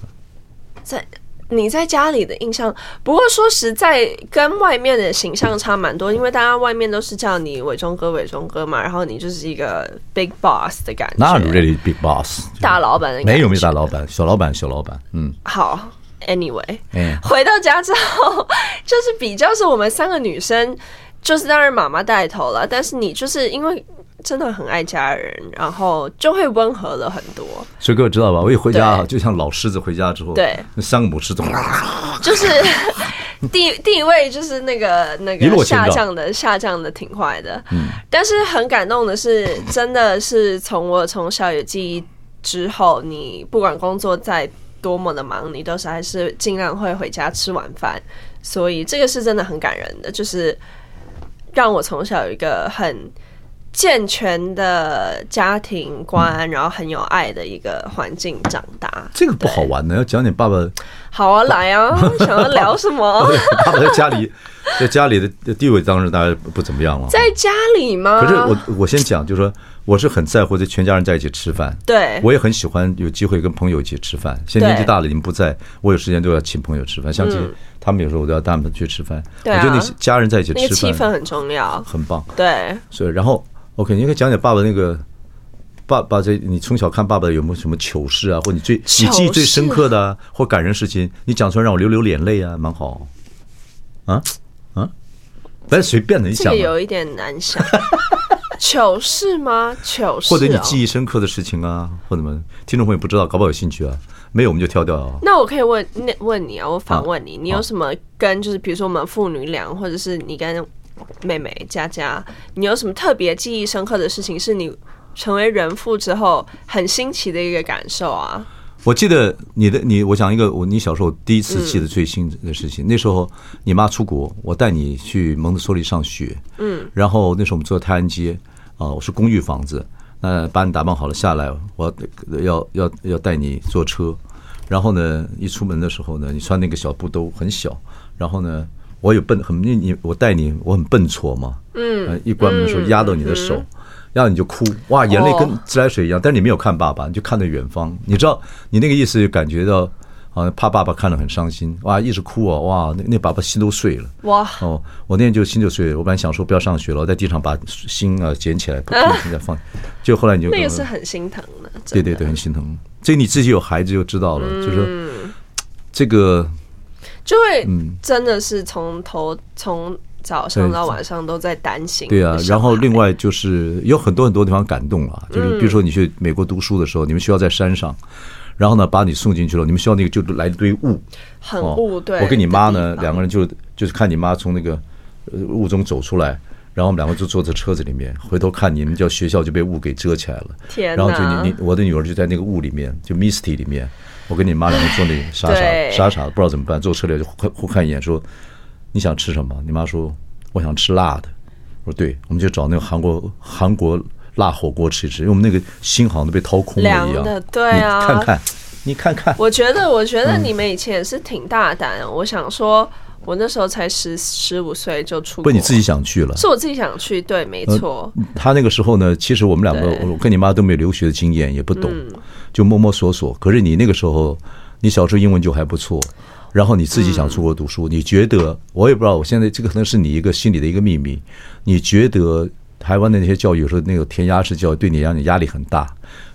[SPEAKER 3] 在你在家里的印象，不过说实在，跟外面的形象差蛮多，因为大家外面都是叫你伟忠哥、伟忠哥嘛，然后你就是一个 big boss 的感觉，
[SPEAKER 1] 那 really big boss，
[SPEAKER 3] 大老板的感觉。
[SPEAKER 1] 没有没有大老板，小老板小老板，嗯，
[SPEAKER 3] 好，anyway，
[SPEAKER 1] 哎，
[SPEAKER 3] 回到家之后，就是比较是我们三个女生，就是当然妈妈带头了，但是你就是因为真的很爱家人，然后就会温和了很多。
[SPEAKER 1] 所以各位知道吧？我一回家
[SPEAKER 3] 对
[SPEAKER 1] 就像老狮子回家之后，
[SPEAKER 3] 对，
[SPEAKER 1] 三个母狮子，
[SPEAKER 3] 就是 地地位就是那个那
[SPEAKER 1] 一落
[SPEAKER 3] 个
[SPEAKER 1] 千
[SPEAKER 3] 下
[SPEAKER 1] 丈
[SPEAKER 3] 降的下降的挺快的，但是很感动的是，真的是从我从小有记忆之后，你不管工作再多么的忙，你都是还是尽量会回家吃晚饭，所以这个是真的很感人的，就是让我从小有一个很。健全的家庭观，然后很有爱的一个环境长大，
[SPEAKER 1] 这个不好玩的，要讲点爸爸
[SPEAKER 3] 好啊，来啊，想要聊什么？
[SPEAKER 1] 爸爸在家里， 在家里的地位当然大家不怎么样了。
[SPEAKER 3] 在家里吗？
[SPEAKER 1] 可是我我先讲，就是说我是很在乎这全家人在一起吃饭，
[SPEAKER 3] 对
[SPEAKER 1] 我也很喜欢有机会跟朋友一起吃饭。现在年纪大了，你们不在，我有时间都要请朋友吃饭。像这
[SPEAKER 3] 嗯
[SPEAKER 1] 他们有时候我都要带他们去吃饭，
[SPEAKER 3] 对啊
[SPEAKER 1] 我觉得那些家人在一起
[SPEAKER 3] 那个
[SPEAKER 1] 吃
[SPEAKER 3] 气氛
[SPEAKER 1] 饭
[SPEAKER 3] 很重要。
[SPEAKER 1] 很棒。
[SPEAKER 3] 对，
[SPEAKER 1] 所以然后 OK，你可以讲讲爸爸那个。爸爸这，你从小看爸爸有没有什么糗事啊，或你最你记忆最深刻的、啊、或感人事情，你讲出来让我流流眼泪啊，蛮好。啊啊，来随便的，你
[SPEAKER 3] 这
[SPEAKER 1] 想
[SPEAKER 3] 个
[SPEAKER 1] 啊、
[SPEAKER 3] 有一点难想。 糗事吗？糗事、哦，
[SPEAKER 1] 或者你记忆深刻的事情啊，或者什么，听众朋友不知道，搞不好有兴趣啊，没有我们就跳掉啊。
[SPEAKER 3] 那我可以问那问你啊，我反问你，你
[SPEAKER 1] 好
[SPEAKER 3] 有什么跟就是比如说我们父女俩，或者是你跟妹妹佳佳，你有什么特别记忆深刻的事情？是你成为人父之后很新奇的一个感受啊？
[SPEAKER 1] 我记得你的你，我讲一个我你小时候第一次记得最新的事情。那时候你妈出国，我带你去蒙特梭利上学，嗯，然后那时候我们住在泰安街，啊、我是公寓房子，那把你打扮好了下来，我要要要要带你坐车，然后呢，一出门的时候呢，你穿那个小布兜很小，然后呢，我有笨很你你我带你我很笨拙嘛，嗯，一关门的时候压到你的手。然后你就哭，哇，眼泪跟
[SPEAKER 3] 哦
[SPEAKER 1] 自来水一样，但是你没有看爸爸，你就看着远方。你知道，你那个意思就感觉到，好像怕爸爸看了很伤心，哇，一直哭啊，哇，那那爸爸心都碎了。
[SPEAKER 3] 哇，
[SPEAKER 1] 哦，我那天就心就碎了，我本来想说不要上学了，我在地上把心啊捡起来，不停在放。就后来你就呃
[SPEAKER 3] 那个是很心疼的。
[SPEAKER 1] 对
[SPEAKER 3] 真的
[SPEAKER 1] 对对，很心疼。这你自己有孩子就知道了，就是说这个
[SPEAKER 3] 就会
[SPEAKER 1] 嗯
[SPEAKER 3] 真的是从头从早上到晚上都在担心。
[SPEAKER 1] 对啊，然后另
[SPEAKER 3] 外
[SPEAKER 1] 外就是有很多很多地方感动了、
[SPEAKER 3] 嗯
[SPEAKER 1] 就是比如说你去美国读书的时候，你们学校在山上，然后呢把你送进去了，你们学校那个就来一堆雾，
[SPEAKER 3] 很雾，对，
[SPEAKER 1] 哦我跟你妈呢
[SPEAKER 3] 的地方
[SPEAKER 1] 两个人就就是看你妈从那个呃雾中走出来。然后我们两个就坐在车子里面，回头看你们叫学校就被雾给遮起来了。
[SPEAKER 3] 天
[SPEAKER 1] 然后就
[SPEAKER 3] 哪
[SPEAKER 1] 你你我的女儿就在那个雾里面，就 misty 里面，我跟你妈两个坐那里傻傻
[SPEAKER 3] 对
[SPEAKER 1] 傻傻的，不知道怎么办，坐车里就互看互看一眼，说你想吃什么？你妈说我想吃辣的。我说对，我们就找那个韩国韩国辣火锅吃一吃，因为我们那个心好像都被掏空了一
[SPEAKER 3] 凉
[SPEAKER 1] 样。
[SPEAKER 3] 的对啊
[SPEAKER 1] 你看看，你看看，
[SPEAKER 3] 我觉得，我觉得你们以前也是挺大
[SPEAKER 1] 嗯
[SPEAKER 3] 胆的。我想说，我那时候才十十五岁就出国，
[SPEAKER 1] 不，你自己想去了。
[SPEAKER 3] 是我自己想去，对，没错，
[SPEAKER 1] 呃他那个时候呢，其实我们两个，
[SPEAKER 3] 对嗯
[SPEAKER 1] 我跟你妈都没有留学的经验，也不懂，就摸摸索索。可是你那个时候，你小时候英文就还不错，然后你自己想出国读书，你觉得，我也不知道，我现在这个可能是你一个心里的一个秘密，你觉得台湾的那些教育有时候那个填鸭式教育对你让你压力很大。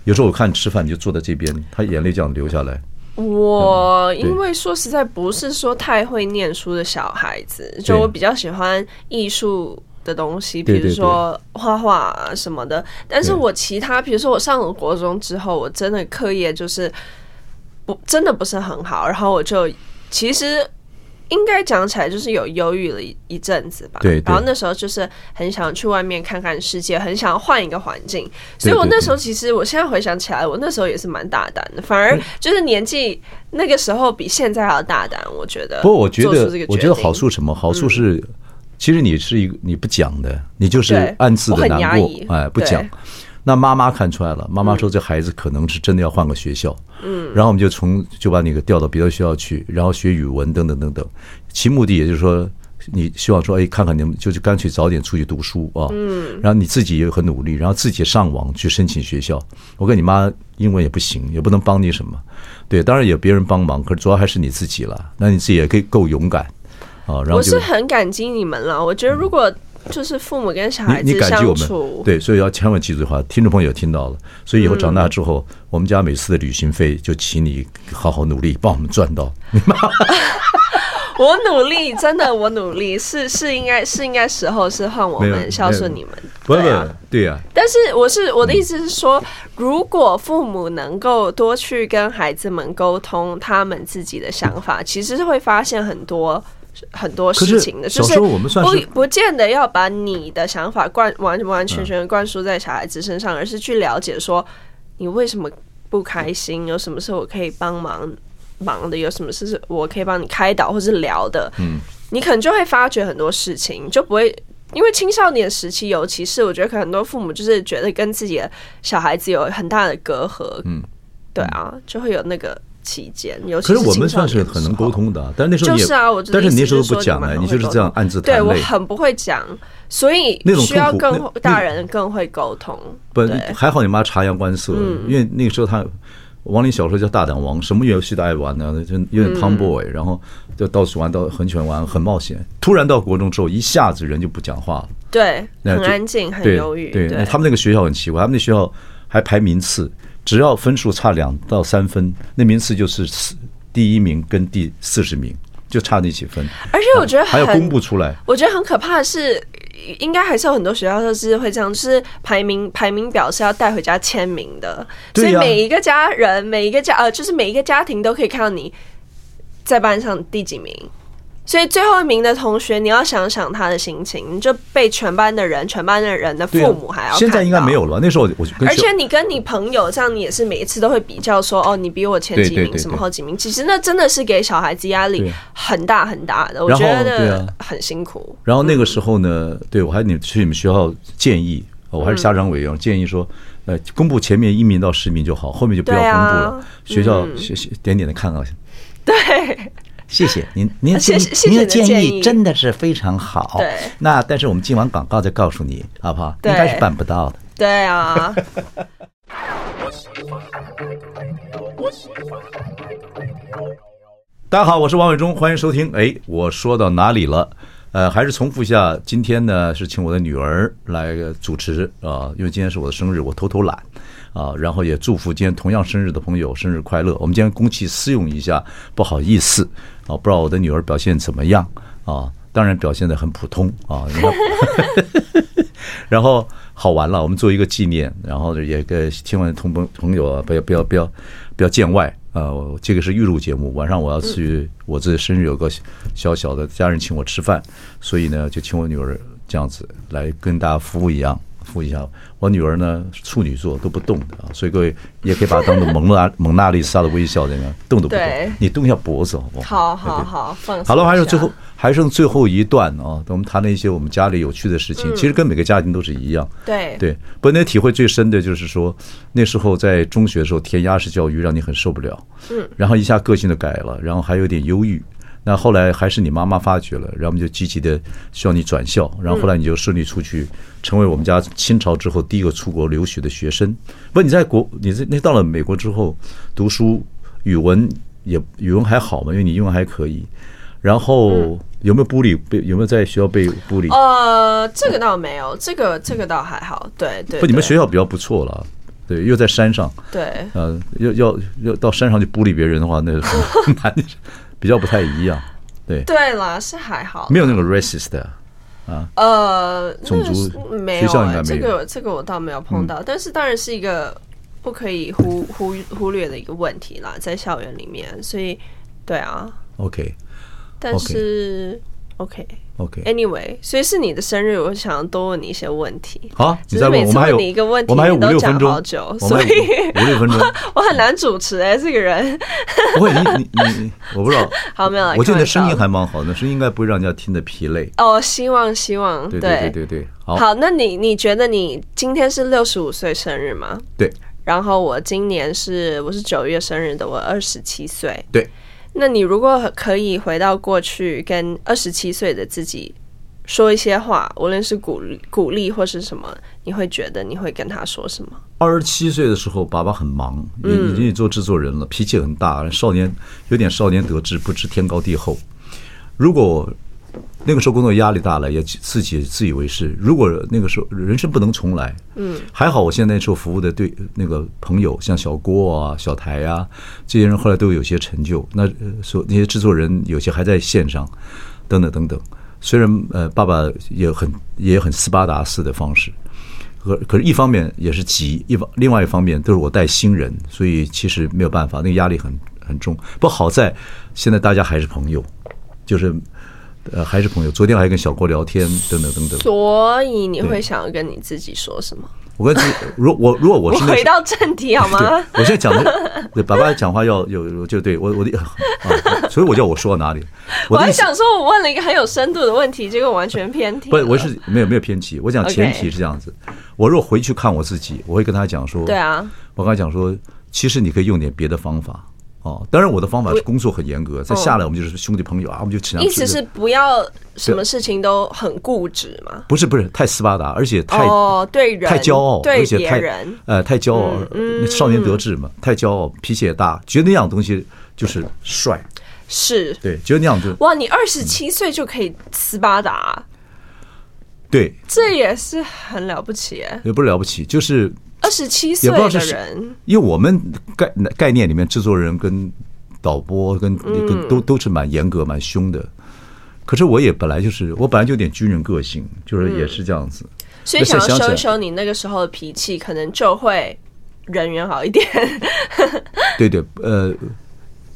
[SPEAKER 1] 有时候我看你吃饭，你就坐在这边，他眼泪这样流下来。
[SPEAKER 3] 我
[SPEAKER 1] 对
[SPEAKER 3] 因为说实在不是说太会念书的小孩子，就我比较喜欢艺术的东西，比
[SPEAKER 1] 对
[SPEAKER 3] 如说画画啊什么的。但是
[SPEAKER 1] 对
[SPEAKER 3] 我其他，比如说我上了国中之后，我真的课业就是不真的不是很好，然后我就其实。应该讲起来就是有忧郁了一一阵子吧，
[SPEAKER 1] 对对
[SPEAKER 3] 然后那时候就是很想去外面看看世界，很想换一个环境，所以
[SPEAKER 1] 对
[SPEAKER 3] 我
[SPEAKER 1] 对
[SPEAKER 3] 那
[SPEAKER 1] 对
[SPEAKER 3] 时候其实我现在回想起来，我那时候也是蛮大胆的，反
[SPEAKER 1] 嗯
[SPEAKER 3] 而就是年纪那个时候比现在还要大胆，我觉得。
[SPEAKER 1] 不过我觉
[SPEAKER 3] 做
[SPEAKER 1] 得
[SPEAKER 3] 出这个决，定
[SPEAKER 1] 我觉得好处什么？好处是，其实你是一个你不讲的，你就是
[SPEAKER 3] 对
[SPEAKER 1] 暗自
[SPEAKER 3] 我
[SPEAKER 1] 的
[SPEAKER 3] 很压
[SPEAKER 1] 难过
[SPEAKER 3] 抑，
[SPEAKER 1] 哎，不
[SPEAKER 3] 对
[SPEAKER 1] 讲。那妈妈看出来了，妈妈说这孩子可能是真的要换个学校，嗯，然后我们就从就把你给调到别的学校去，然后学语文等等等等，其目的也就是说，你希望说，哎，看看你们就是干脆早点出去读书啊，嗯，然后你自己也很努力，然后自己上网去申请学校。我跟你妈英文也不行，也不能帮你什么，对，当然也别人帮忙，可是主要还是你自己了，那你自己也可以够勇敢啊，然后
[SPEAKER 3] 我
[SPEAKER 1] 就是
[SPEAKER 3] 很感激你们了。我觉得如果就是父母跟小孩
[SPEAKER 1] 你你
[SPEAKER 3] 子
[SPEAKER 1] 感激我
[SPEAKER 3] 相
[SPEAKER 1] 们，
[SPEAKER 3] 处，
[SPEAKER 1] 对，所以要千万记住这句话，听众朋友也听到了。所以以后长大之后，我们家每次的旅行费就请你好好努力，帮我们赚到。
[SPEAKER 3] 我努力，真的我努力，是是应该是应该时候是换我
[SPEAKER 1] 没有
[SPEAKER 3] 们孝顺你们。
[SPEAKER 1] 不
[SPEAKER 3] 对啊
[SPEAKER 1] 不，对呀、
[SPEAKER 3] 但是我是我的意思是说，如果父母能够多去跟孩子们沟通他们自己的想法，其实是会发现很多。很多事情的，
[SPEAKER 1] 可是
[SPEAKER 3] 就
[SPEAKER 1] 小时候我们算是
[SPEAKER 3] 不不见得要把你的想法灌完完全全灌输在小孩子身上，而是去了解说你为什么不开心，有什么事我可以帮忙忙的，有什么事是我可以帮你开导或是聊的，嗯，你可能就会发觉很多事情，就不会因为青少年时期，尤其是我觉得可能很多父母就是觉得跟自己的小孩子有很大的隔阂，
[SPEAKER 1] 嗯，
[SPEAKER 3] 对啊，就会有那个期间，尤
[SPEAKER 1] 可
[SPEAKER 3] 其
[SPEAKER 1] 是我们
[SPEAKER 3] 青
[SPEAKER 1] 算
[SPEAKER 3] 少年
[SPEAKER 1] 是
[SPEAKER 3] 的
[SPEAKER 1] 很
[SPEAKER 3] 时
[SPEAKER 1] 能
[SPEAKER 3] 候
[SPEAKER 1] 沟，通的啊，但是那时候
[SPEAKER 3] 就
[SPEAKER 1] 你也
[SPEAKER 3] 是啊，我的
[SPEAKER 1] 但是
[SPEAKER 3] 意
[SPEAKER 1] 你
[SPEAKER 3] 思
[SPEAKER 1] 那时候
[SPEAKER 3] 是说
[SPEAKER 1] 不讲
[SPEAKER 3] 蛮
[SPEAKER 1] 哎，
[SPEAKER 3] 会
[SPEAKER 1] 你就是
[SPEAKER 3] 沟
[SPEAKER 1] 这样
[SPEAKER 3] 通
[SPEAKER 1] 暗自
[SPEAKER 3] 对
[SPEAKER 1] 含
[SPEAKER 3] 我
[SPEAKER 1] 泪，
[SPEAKER 3] 很不会讲，所以
[SPEAKER 1] 那种
[SPEAKER 3] 需要
[SPEAKER 1] 痛苦
[SPEAKER 3] 更
[SPEAKER 1] 那
[SPEAKER 3] 大
[SPEAKER 1] 那
[SPEAKER 3] 人更会沟通，
[SPEAKER 1] 不
[SPEAKER 3] 对
[SPEAKER 1] 还好你妈察言观色，因为那个时候她王林小时候叫大胆王，什么游戏都爱玩呢，就有点 tomboy，、然后就到处玩，到很喜欢玩，很冒险。突然到国中之后，一下子人就不讲话了。
[SPEAKER 3] 对，
[SPEAKER 1] 那
[SPEAKER 3] 很
[SPEAKER 1] 就
[SPEAKER 3] 安静，很
[SPEAKER 1] 对
[SPEAKER 3] 忧郁，
[SPEAKER 1] 对，那他们那个学校很奇怪，他们那学校还排名次，只要分数差两到三分，那名次就是四第一名跟第四十名，就差那几分。
[SPEAKER 3] 而且我觉得
[SPEAKER 1] 啊还
[SPEAKER 3] 很
[SPEAKER 1] 要公布出来，
[SPEAKER 3] 我觉得很可怕的是，应该还是有很多学校都是会这样，就是排名排名表是要带回家签名的，所
[SPEAKER 1] 对呀
[SPEAKER 3] 以每一个家人、每一个家呃，就是每一个家庭都可以看到你在班上第几名。所以最后一名的同学，你要想想他的心情，你就被全班的人、全班的人的
[SPEAKER 1] 对啊
[SPEAKER 3] 父母还要、
[SPEAKER 1] 现在应该没。有了。那时候我我就跟
[SPEAKER 3] 而
[SPEAKER 1] 学
[SPEAKER 3] 且你跟你朋友这样，你也是每一次都会比较说，哦，你比我前
[SPEAKER 1] 对
[SPEAKER 3] 几
[SPEAKER 1] 对
[SPEAKER 3] 名，
[SPEAKER 1] 对
[SPEAKER 3] 什么
[SPEAKER 1] 对
[SPEAKER 3] 后几名。其实那真的是给小孩子压力
[SPEAKER 1] 对
[SPEAKER 3] 很大很大的，我
[SPEAKER 1] 然
[SPEAKER 3] 觉
[SPEAKER 1] 后对
[SPEAKER 3] 得
[SPEAKER 1] 啊
[SPEAKER 3] 很辛苦。
[SPEAKER 1] 然后那个时候呢，对我还你去你们学校建议，哦我
[SPEAKER 3] 嗯
[SPEAKER 1] 还是家长委员，我建议说，呃，公布前面一名到十名就好，后面就不要
[SPEAKER 3] 对
[SPEAKER 1] 公布
[SPEAKER 3] 啊嗯
[SPEAKER 1] 了。学校学学点点的看看。啊
[SPEAKER 3] 对，
[SPEAKER 1] 谢谢您，您的
[SPEAKER 3] 谢
[SPEAKER 1] 建
[SPEAKER 3] 谢
[SPEAKER 1] 议
[SPEAKER 3] 谢谢
[SPEAKER 1] 您的
[SPEAKER 3] 你的建
[SPEAKER 1] 建
[SPEAKER 3] 议
[SPEAKER 1] 议真的是非常好。
[SPEAKER 3] 对
[SPEAKER 1] 那但是我们进完广告再告诉你，好不好？
[SPEAKER 3] 对
[SPEAKER 1] 应该是办不到的。
[SPEAKER 3] 对啊，
[SPEAKER 1] 大家好，我是王伟忠，欢迎收听。哎，我说到哪里了？呃，还是重复一下，今天呢是请我的女儿来呃主持啊、因为今天是我的生日，我偷偷懒啊、然后也祝福今天同样生日的朋友生日快乐。我们今天公器私用一下，不好意思啊、不知道我的女儿表现怎么样啊、当然表现的很普通啊，然后然后好玩了，我们做一个纪念，然后也给听完的同朋朋友啊，不要不要不要不要见外。呃，我这个是预录节目，晚上我要去，我这生日有个小小的家人请我吃饭，所以呢，就请我女儿这样子来跟大家服务一样，服务一下。我女儿呢，处女座都不动的啊，所以各位也可以把她当做蒙娜蒙娜丽莎的微笑这样，动都不
[SPEAKER 3] 对
[SPEAKER 1] 动，你动一下脖子好不好？
[SPEAKER 3] 好好好，放
[SPEAKER 1] 好
[SPEAKER 3] 松
[SPEAKER 1] 了，还有
[SPEAKER 3] 一下
[SPEAKER 1] 最后，还剩最后一段啊，我们谈了一些我们家里有趣的事
[SPEAKER 3] 嗯
[SPEAKER 1] 情，其实跟每个家庭都是一样。
[SPEAKER 3] 对
[SPEAKER 1] 对，不过那体会最深的就是说，那时候在中学的时候填鸭式教育让你很受不了，嗯，然后一下个性就改了，然后还有点忧郁。那后来还是你妈妈发觉了，然后我们就积极的需要你转校，然后后来你就顺利出去，成为我们家清朝之后第一个出国留学的学生。不，你在国，你在那到了美国之后读书，语文也语文还好嘛，因为你英文还可以。然后有没有bully？被有没有在学校被 bully？
[SPEAKER 3] 呃，这个倒没有，这个这个倒还好，对对。
[SPEAKER 1] 不，你们
[SPEAKER 3] 对
[SPEAKER 1] 学校比较不错了，啊对，又在山上，
[SPEAKER 3] 对
[SPEAKER 1] 呃，要要要到山上去孤立别人的话，那很难，比较不太一样，对，
[SPEAKER 3] 对啦，是还好，
[SPEAKER 1] 没有那个 racist 的，
[SPEAKER 3] 呃
[SPEAKER 1] 种
[SPEAKER 3] 那个
[SPEAKER 1] 族
[SPEAKER 3] 是没
[SPEAKER 1] 学
[SPEAKER 3] 有
[SPEAKER 1] 校应
[SPEAKER 3] 哎，
[SPEAKER 1] 该
[SPEAKER 3] 这
[SPEAKER 1] 没有嗯
[SPEAKER 3] 个这个我倒没有碰到，但是当然是一个不可以忽忽忽略的一个问题啦，在校园里面，所以对啊，
[SPEAKER 1] OK
[SPEAKER 3] 但
[SPEAKER 1] OK
[SPEAKER 3] 是 OK。
[SPEAKER 1] OK，
[SPEAKER 3] Anyway，所以是你的生日，我想要多问你一些问题。
[SPEAKER 1] 好，你
[SPEAKER 3] 只是
[SPEAKER 1] 再问，
[SPEAKER 3] 每次
[SPEAKER 1] 我们还有
[SPEAKER 3] 问你一个问题
[SPEAKER 1] 我们还有
[SPEAKER 3] 你
[SPEAKER 1] 五
[SPEAKER 3] 都
[SPEAKER 1] 六
[SPEAKER 3] 讲
[SPEAKER 1] 分钟
[SPEAKER 3] 好久，
[SPEAKER 1] 我们还有
[SPEAKER 3] 所以
[SPEAKER 1] 五五六分钟，
[SPEAKER 3] 我很难主持哎、这个人。
[SPEAKER 1] 不会，你你你，我不知道，
[SPEAKER 3] 好没有啦
[SPEAKER 1] 我觉得你的
[SPEAKER 3] 开玩笑
[SPEAKER 1] 声音还蛮好的，声音应该不会让人家听得疲累，
[SPEAKER 3] 哦，希望希望，
[SPEAKER 1] 对对对对对，好，
[SPEAKER 3] 好，那你你觉得你今天是六十五岁生日吗？
[SPEAKER 1] 对
[SPEAKER 3] 然后我今年是我是九月生日的，我二十七岁。
[SPEAKER 1] 对，
[SPEAKER 3] 那你如果可以回到过去，跟二十七岁的自己说一些话，无论是鼓励鼓励或是什么，你会觉得你会跟他说什么？
[SPEAKER 1] 二十七岁的时候，爸爸很忙，已已经做制作人了，脾气很大，少年有点少年得志，不知天高地厚。如果那个时候工作压力大了，也自己自以为是。如果那个时候人生不能重来，嗯，还好我现在那时候服务的对那个朋友，像小郭啊、小台啊这些人，后来都有些成就。那呃所那些制作人有些还在线上，等等等等。虽然呃，爸爸也很也很斯巴达式的方式，可可是，一方面也是急，一方另外一方面都是我带新人，所以其实没有办法，那个压力很很重。不过好在现在大家还是朋友，就是呃还是朋友。昨天我还跟小郭聊天，等等等等。
[SPEAKER 3] 所以你会
[SPEAKER 1] 对
[SPEAKER 3] 想要跟你自己说什么？
[SPEAKER 1] 我跟自己，如我如果我
[SPEAKER 3] 我
[SPEAKER 1] 是那
[SPEAKER 3] 回
[SPEAKER 1] 时
[SPEAKER 3] 到正题好
[SPEAKER 1] 对，
[SPEAKER 3] 吗？
[SPEAKER 1] 我现在讲的，对爸爸讲话要有就对我我的、啊，所以我叫我说到哪里，
[SPEAKER 3] 我
[SPEAKER 1] 的意
[SPEAKER 3] 还
[SPEAKER 1] 思
[SPEAKER 3] 想说，我问了一个很有深度的问题，结果完全偏题
[SPEAKER 1] 不
[SPEAKER 3] 了。，
[SPEAKER 1] 我是没有没有偏激，我讲
[SPEAKER 3] OK
[SPEAKER 1] 前提是这样子。我若回去看我自己，我会跟他讲说，
[SPEAKER 3] 对，啊，
[SPEAKER 1] 我跟他讲说，其实你可以用点别的方法哦。当然我的方法是工作很严格，再下来我们就是兄弟朋友啊，我们就请他
[SPEAKER 3] 嗯意
[SPEAKER 1] 吃
[SPEAKER 3] 思
[SPEAKER 1] 个
[SPEAKER 3] 是不要什么事情都很固执嘛。
[SPEAKER 1] 不是不是太斯巴达，而且太
[SPEAKER 3] 哦，对人
[SPEAKER 1] 太骄傲，
[SPEAKER 3] 对
[SPEAKER 1] 而且
[SPEAKER 3] 别
[SPEAKER 1] 太
[SPEAKER 3] 人，
[SPEAKER 1] 呃太骄傲
[SPEAKER 3] 嗯，嗯
[SPEAKER 1] 少年得志嘛，太骄傲，脾气也大，觉得那样东西就是帅，
[SPEAKER 3] 是
[SPEAKER 1] 对，觉得那样就
[SPEAKER 3] 哇，你二十
[SPEAKER 1] 嗯
[SPEAKER 3] 七岁就可以斯巴达，
[SPEAKER 1] 对，
[SPEAKER 3] 这也是很了不起哎。
[SPEAKER 1] 也不是了不起，就是
[SPEAKER 3] 二十七岁
[SPEAKER 1] 也不知道
[SPEAKER 3] 的
[SPEAKER 1] 是
[SPEAKER 3] 人，
[SPEAKER 1] 因为我们概概念里面，制作人跟导播跟
[SPEAKER 3] 嗯
[SPEAKER 1] 跟都都是蛮严格、蛮凶的。可是我也本来就是，我本来就有点军人个性，就是也是这样子。
[SPEAKER 3] 所以想要
[SPEAKER 1] 现在想起
[SPEAKER 3] 修一
[SPEAKER 1] 来
[SPEAKER 3] 修你那个时候的脾气，可能就会人缘好一点。
[SPEAKER 1] 对对，呃，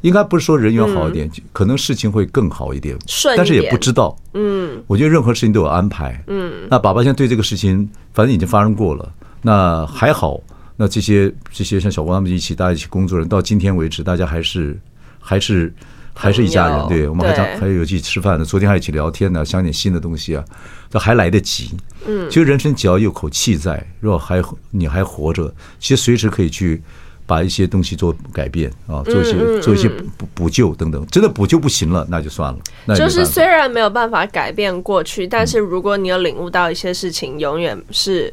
[SPEAKER 1] 应该不是说人缘好一点，可能事情会更好一点，
[SPEAKER 3] 嗯顺一点
[SPEAKER 1] 但是也不知道。嗯，我觉得任何事情都有安排。嗯，那爸爸现在对这个事情，反正已经发生过了，那还好。那这些这些像小光他们一起大家一起工作人，到今天为止，大家还是还是还是一家人。
[SPEAKER 3] 朋友
[SPEAKER 1] 对，我们还
[SPEAKER 3] 对
[SPEAKER 1] 讲还有一起吃饭呢，昨天还一起聊天呢，想点新的东西啊，这还来得及。嗯，其实人生只要有口气在，如果还你还活着，其实随时可以去把一些东西做改变
[SPEAKER 3] 嗯
[SPEAKER 1] 啊，做一些、做一些补补救等等。真的补救不行了，那就算了，那也
[SPEAKER 3] 就
[SPEAKER 1] 没
[SPEAKER 3] 是
[SPEAKER 1] 办法嗯
[SPEAKER 3] 虽。然没有办法改变过去，但是如果你有领悟到一些事情，永远是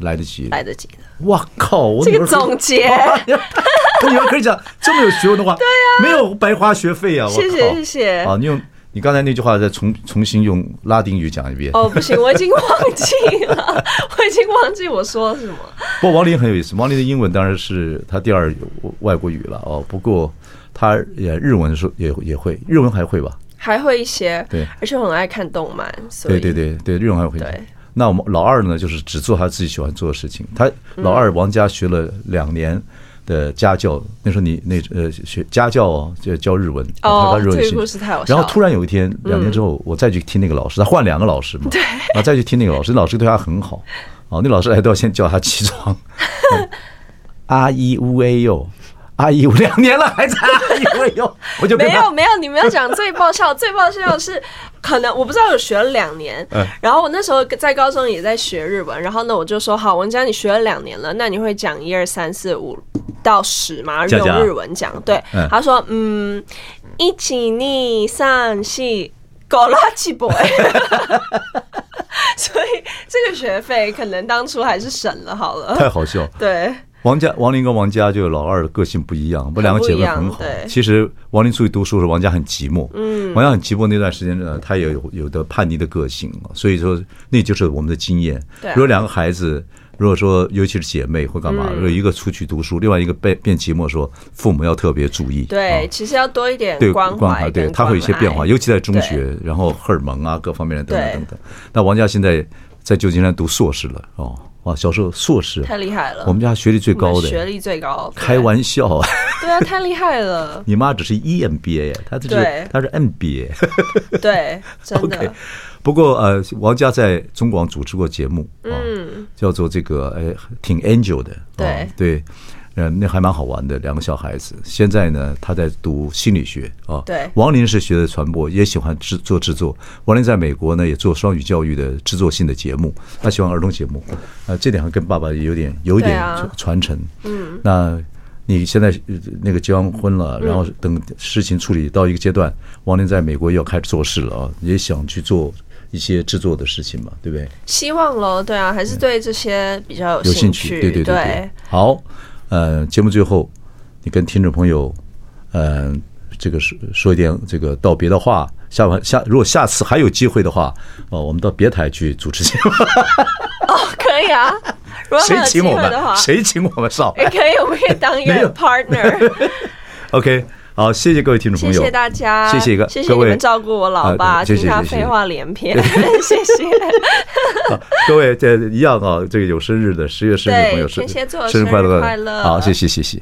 [SPEAKER 1] 来得及。
[SPEAKER 3] 来得及的。
[SPEAKER 1] 哇靠！我
[SPEAKER 3] 哎这
[SPEAKER 1] 女
[SPEAKER 3] 个
[SPEAKER 1] 儿可以
[SPEAKER 3] 总结，
[SPEAKER 1] 我女儿可以讲这么有学问的话，对呀，没有白花学费啊！我靠
[SPEAKER 3] 啊谢谢谢谢
[SPEAKER 1] 啊，你用你刚才那句话再重重新用拉丁语讲一遍。
[SPEAKER 3] 哦，不行，我已经忘记了， 我已经忘记我说了什么。
[SPEAKER 1] 不过王林很有意思，王林的英文当然是他第二外国语了哦，不过他也日文是也也会，日文还会吧？
[SPEAKER 3] 还会一些，
[SPEAKER 1] 对
[SPEAKER 3] 而且我很爱看动漫，所
[SPEAKER 1] 对
[SPEAKER 3] 以
[SPEAKER 1] 对对对，日文还会
[SPEAKER 3] 对。
[SPEAKER 1] 那我们老二呢，就是只做他自己喜欢做的事情。他
[SPEAKER 3] 嗯
[SPEAKER 1] 老二王家学了两年的家教，那时候你那呃学家教哦，就教日文，
[SPEAKER 3] 哦
[SPEAKER 1] 他他日文
[SPEAKER 3] 这个
[SPEAKER 1] 兴趣
[SPEAKER 3] 故事太好笑
[SPEAKER 1] 然
[SPEAKER 3] 了
[SPEAKER 1] 后突然有一天，两年之后，我再去听那个老师，他换两个老师嘛，
[SPEAKER 3] 嗯
[SPEAKER 1] 对，然后再去听那个老师，那老师对他很好，哦，那老师还都要先叫他起 床，阿一乌 A 哟，阿一乌两年了还在阿一乌 A 哟，我就跟
[SPEAKER 3] 没
[SPEAKER 1] 他
[SPEAKER 3] 有没有，你没有讲最爆笑， 最爆笑的是可能我不知道，我学了两年
[SPEAKER 1] 嗯，
[SPEAKER 3] 然后我那时候在高中也在学日文，然后呢我就说好，文佳你学了两年了，那你会讲一二三四五到十吗？
[SPEAKER 1] 讲
[SPEAKER 3] 用
[SPEAKER 1] 讲啊
[SPEAKER 3] 日文讲，对
[SPEAKER 1] 嗯，
[SPEAKER 3] 他说嗯，一起二三四狗拉起 boy。所以这个学费可能当初还是省了好了。
[SPEAKER 1] 太好笑了。
[SPEAKER 3] 对，
[SPEAKER 1] 王家王林跟王佳就老二的个性不一样，我两个姐妹很
[SPEAKER 3] 不
[SPEAKER 1] 好
[SPEAKER 3] 一样对。
[SPEAKER 1] 其实王林出去读书的时候，王佳很寂寞。嗯，王佳很寂寞那段时间呢，她也有有的叛逆的个性嘛，所以说那就是我们的经验。
[SPEAKER 3] 对啊
[SPEAKER 1] 如果两个孩子，如果说尤其是姐妹会干
[SPEAKER 3] 嗯
[SPEAKER 1] 嘛？如果一个出去读书，另外一个变变寂寞的时候，父母要特别注意。啊
[SPEAKER 3] 对，其实要多一点
[SPEAKER 1] 对
[SPEAKER 3] 关怀跟关
[SPEAKER 1] 对
[SPEAKER 3] 爱，
[SPEAKER 1] 它会有一些变化，尤其在中学，然后荷尔蒙啊各方面的等等
[SPEAKER 3] 对
[SPEAKER 1] 等等。那王佳现在在旧金山读硕士了哦，哇，小时候硕士，啊
[SPEAKER 3] 太厉害了。
[SPEAKER 1] 我们家学历最
[SPEAKER 3] 你们
[SPEAKER 1] 高的，
[SPEAKER 3] 学历最高，对
[SPEAKER 1] 开玩笑啊！，
[SPEAKER 3] 对啊，太厉害 了
[SPEAKER 1] 你妈只是 EMBA，她这
[SPEAKER 3] 对
[SPEAKER 1] 是她是 MBA。
[SPEAKER 3] 对，真
[SPEAKER 1] OK，
[SPEAKER 3] 的。
[SPEAKER 1] 不过呃，王佳在中广主持过节目，嗯，叫做这个哎，挺 angel 的，
[SPEAKER 3] 对
[SPEAKER 1] 啊对，嗯，那还蛮好玩的，两个小孩子。现在呢，他在读心理学啊。
[SPEAKER 3] 对
[SPEAKER 1] 王林是学的传播，也喜欢制做制作。王林在美国呢，也做双语教育的制作性的节目，他喜欢儿童节目，呃，这点还跟爸爸有点有一
[SPEAKER 3] 对
[SPEAKER 1] 点
[SPEAKER 3] 啊
[SPEAKER 1] 传传承。嗯，那你现在呃那个结完婚
[SPEAKER 3] 嗯
[SPEAKER 1] 了，然后等事情处理到一个阶段，王林在美国要开始做事了啊，也想去做一些制作的事情嘛，对不对？
[SPEAKER 3] 希望喽，对啊，还是对这些比较
[SPEAKER 1] 有兴
[SPEAKER 3] 趣，
[SPEAKER 1] 对对对对。好，呃，节目最后，你跟听众朋友，呃，这个说说一点这个道别的话。下完下，如果下次还有机会的话，哦，我们到别台去主持节 目，
[SPEAKER 3] 可 以啊。如果
[SPEAKER 1] 谁
[SPEAKER 3] 很有机
[SPEAKER 1] 请
[SPEAKER 3] 会
[SPEAKER 1] 我们
[SPEAKER 3] 的话，？哎
[SPEAKER 1] 谁请我们上
[SPEAKER 3] 也可以，我们可以当一
[SPEAKER 1] 没
[SPEAKER 3] 个
[SPEAKER 1] 有
[SPEAKER 3] partner。
[SPEAKER 1] ？OK，好，谢谢各位听众
[SPEAKER 3] 谢
[SPEAKER 1] 朋友，
[SPEAKER 3] 谢大家，
[SPEAKER 1] 谢谢各
[SPEAKER 3] 谢谢
[SPEAKER 1] 各
[SPEAKER 3] 你
[SPEAKER 1] 位
[SPEAKER 3] 们照顾我老爸，
[SPEAKER 1] 呃谢谢
[SPEAKER 3] 听他
[SPEAKER 1] 谢谢
[SPEAKER 3] 废话连篇， 谢谢。
[SPEAKER 1] 啊 各位这一样啊，这个有生日的十月生日的朋友，
[SPEAKER 3] 对天蝎座
[SPEAKER 1] 生日快
[SPEAKER 3] 生日
[SPEAKER 1] 乐，
[SPEAKER 3] 快乐
[SPEAKER 1] 好，谢谢谢谢。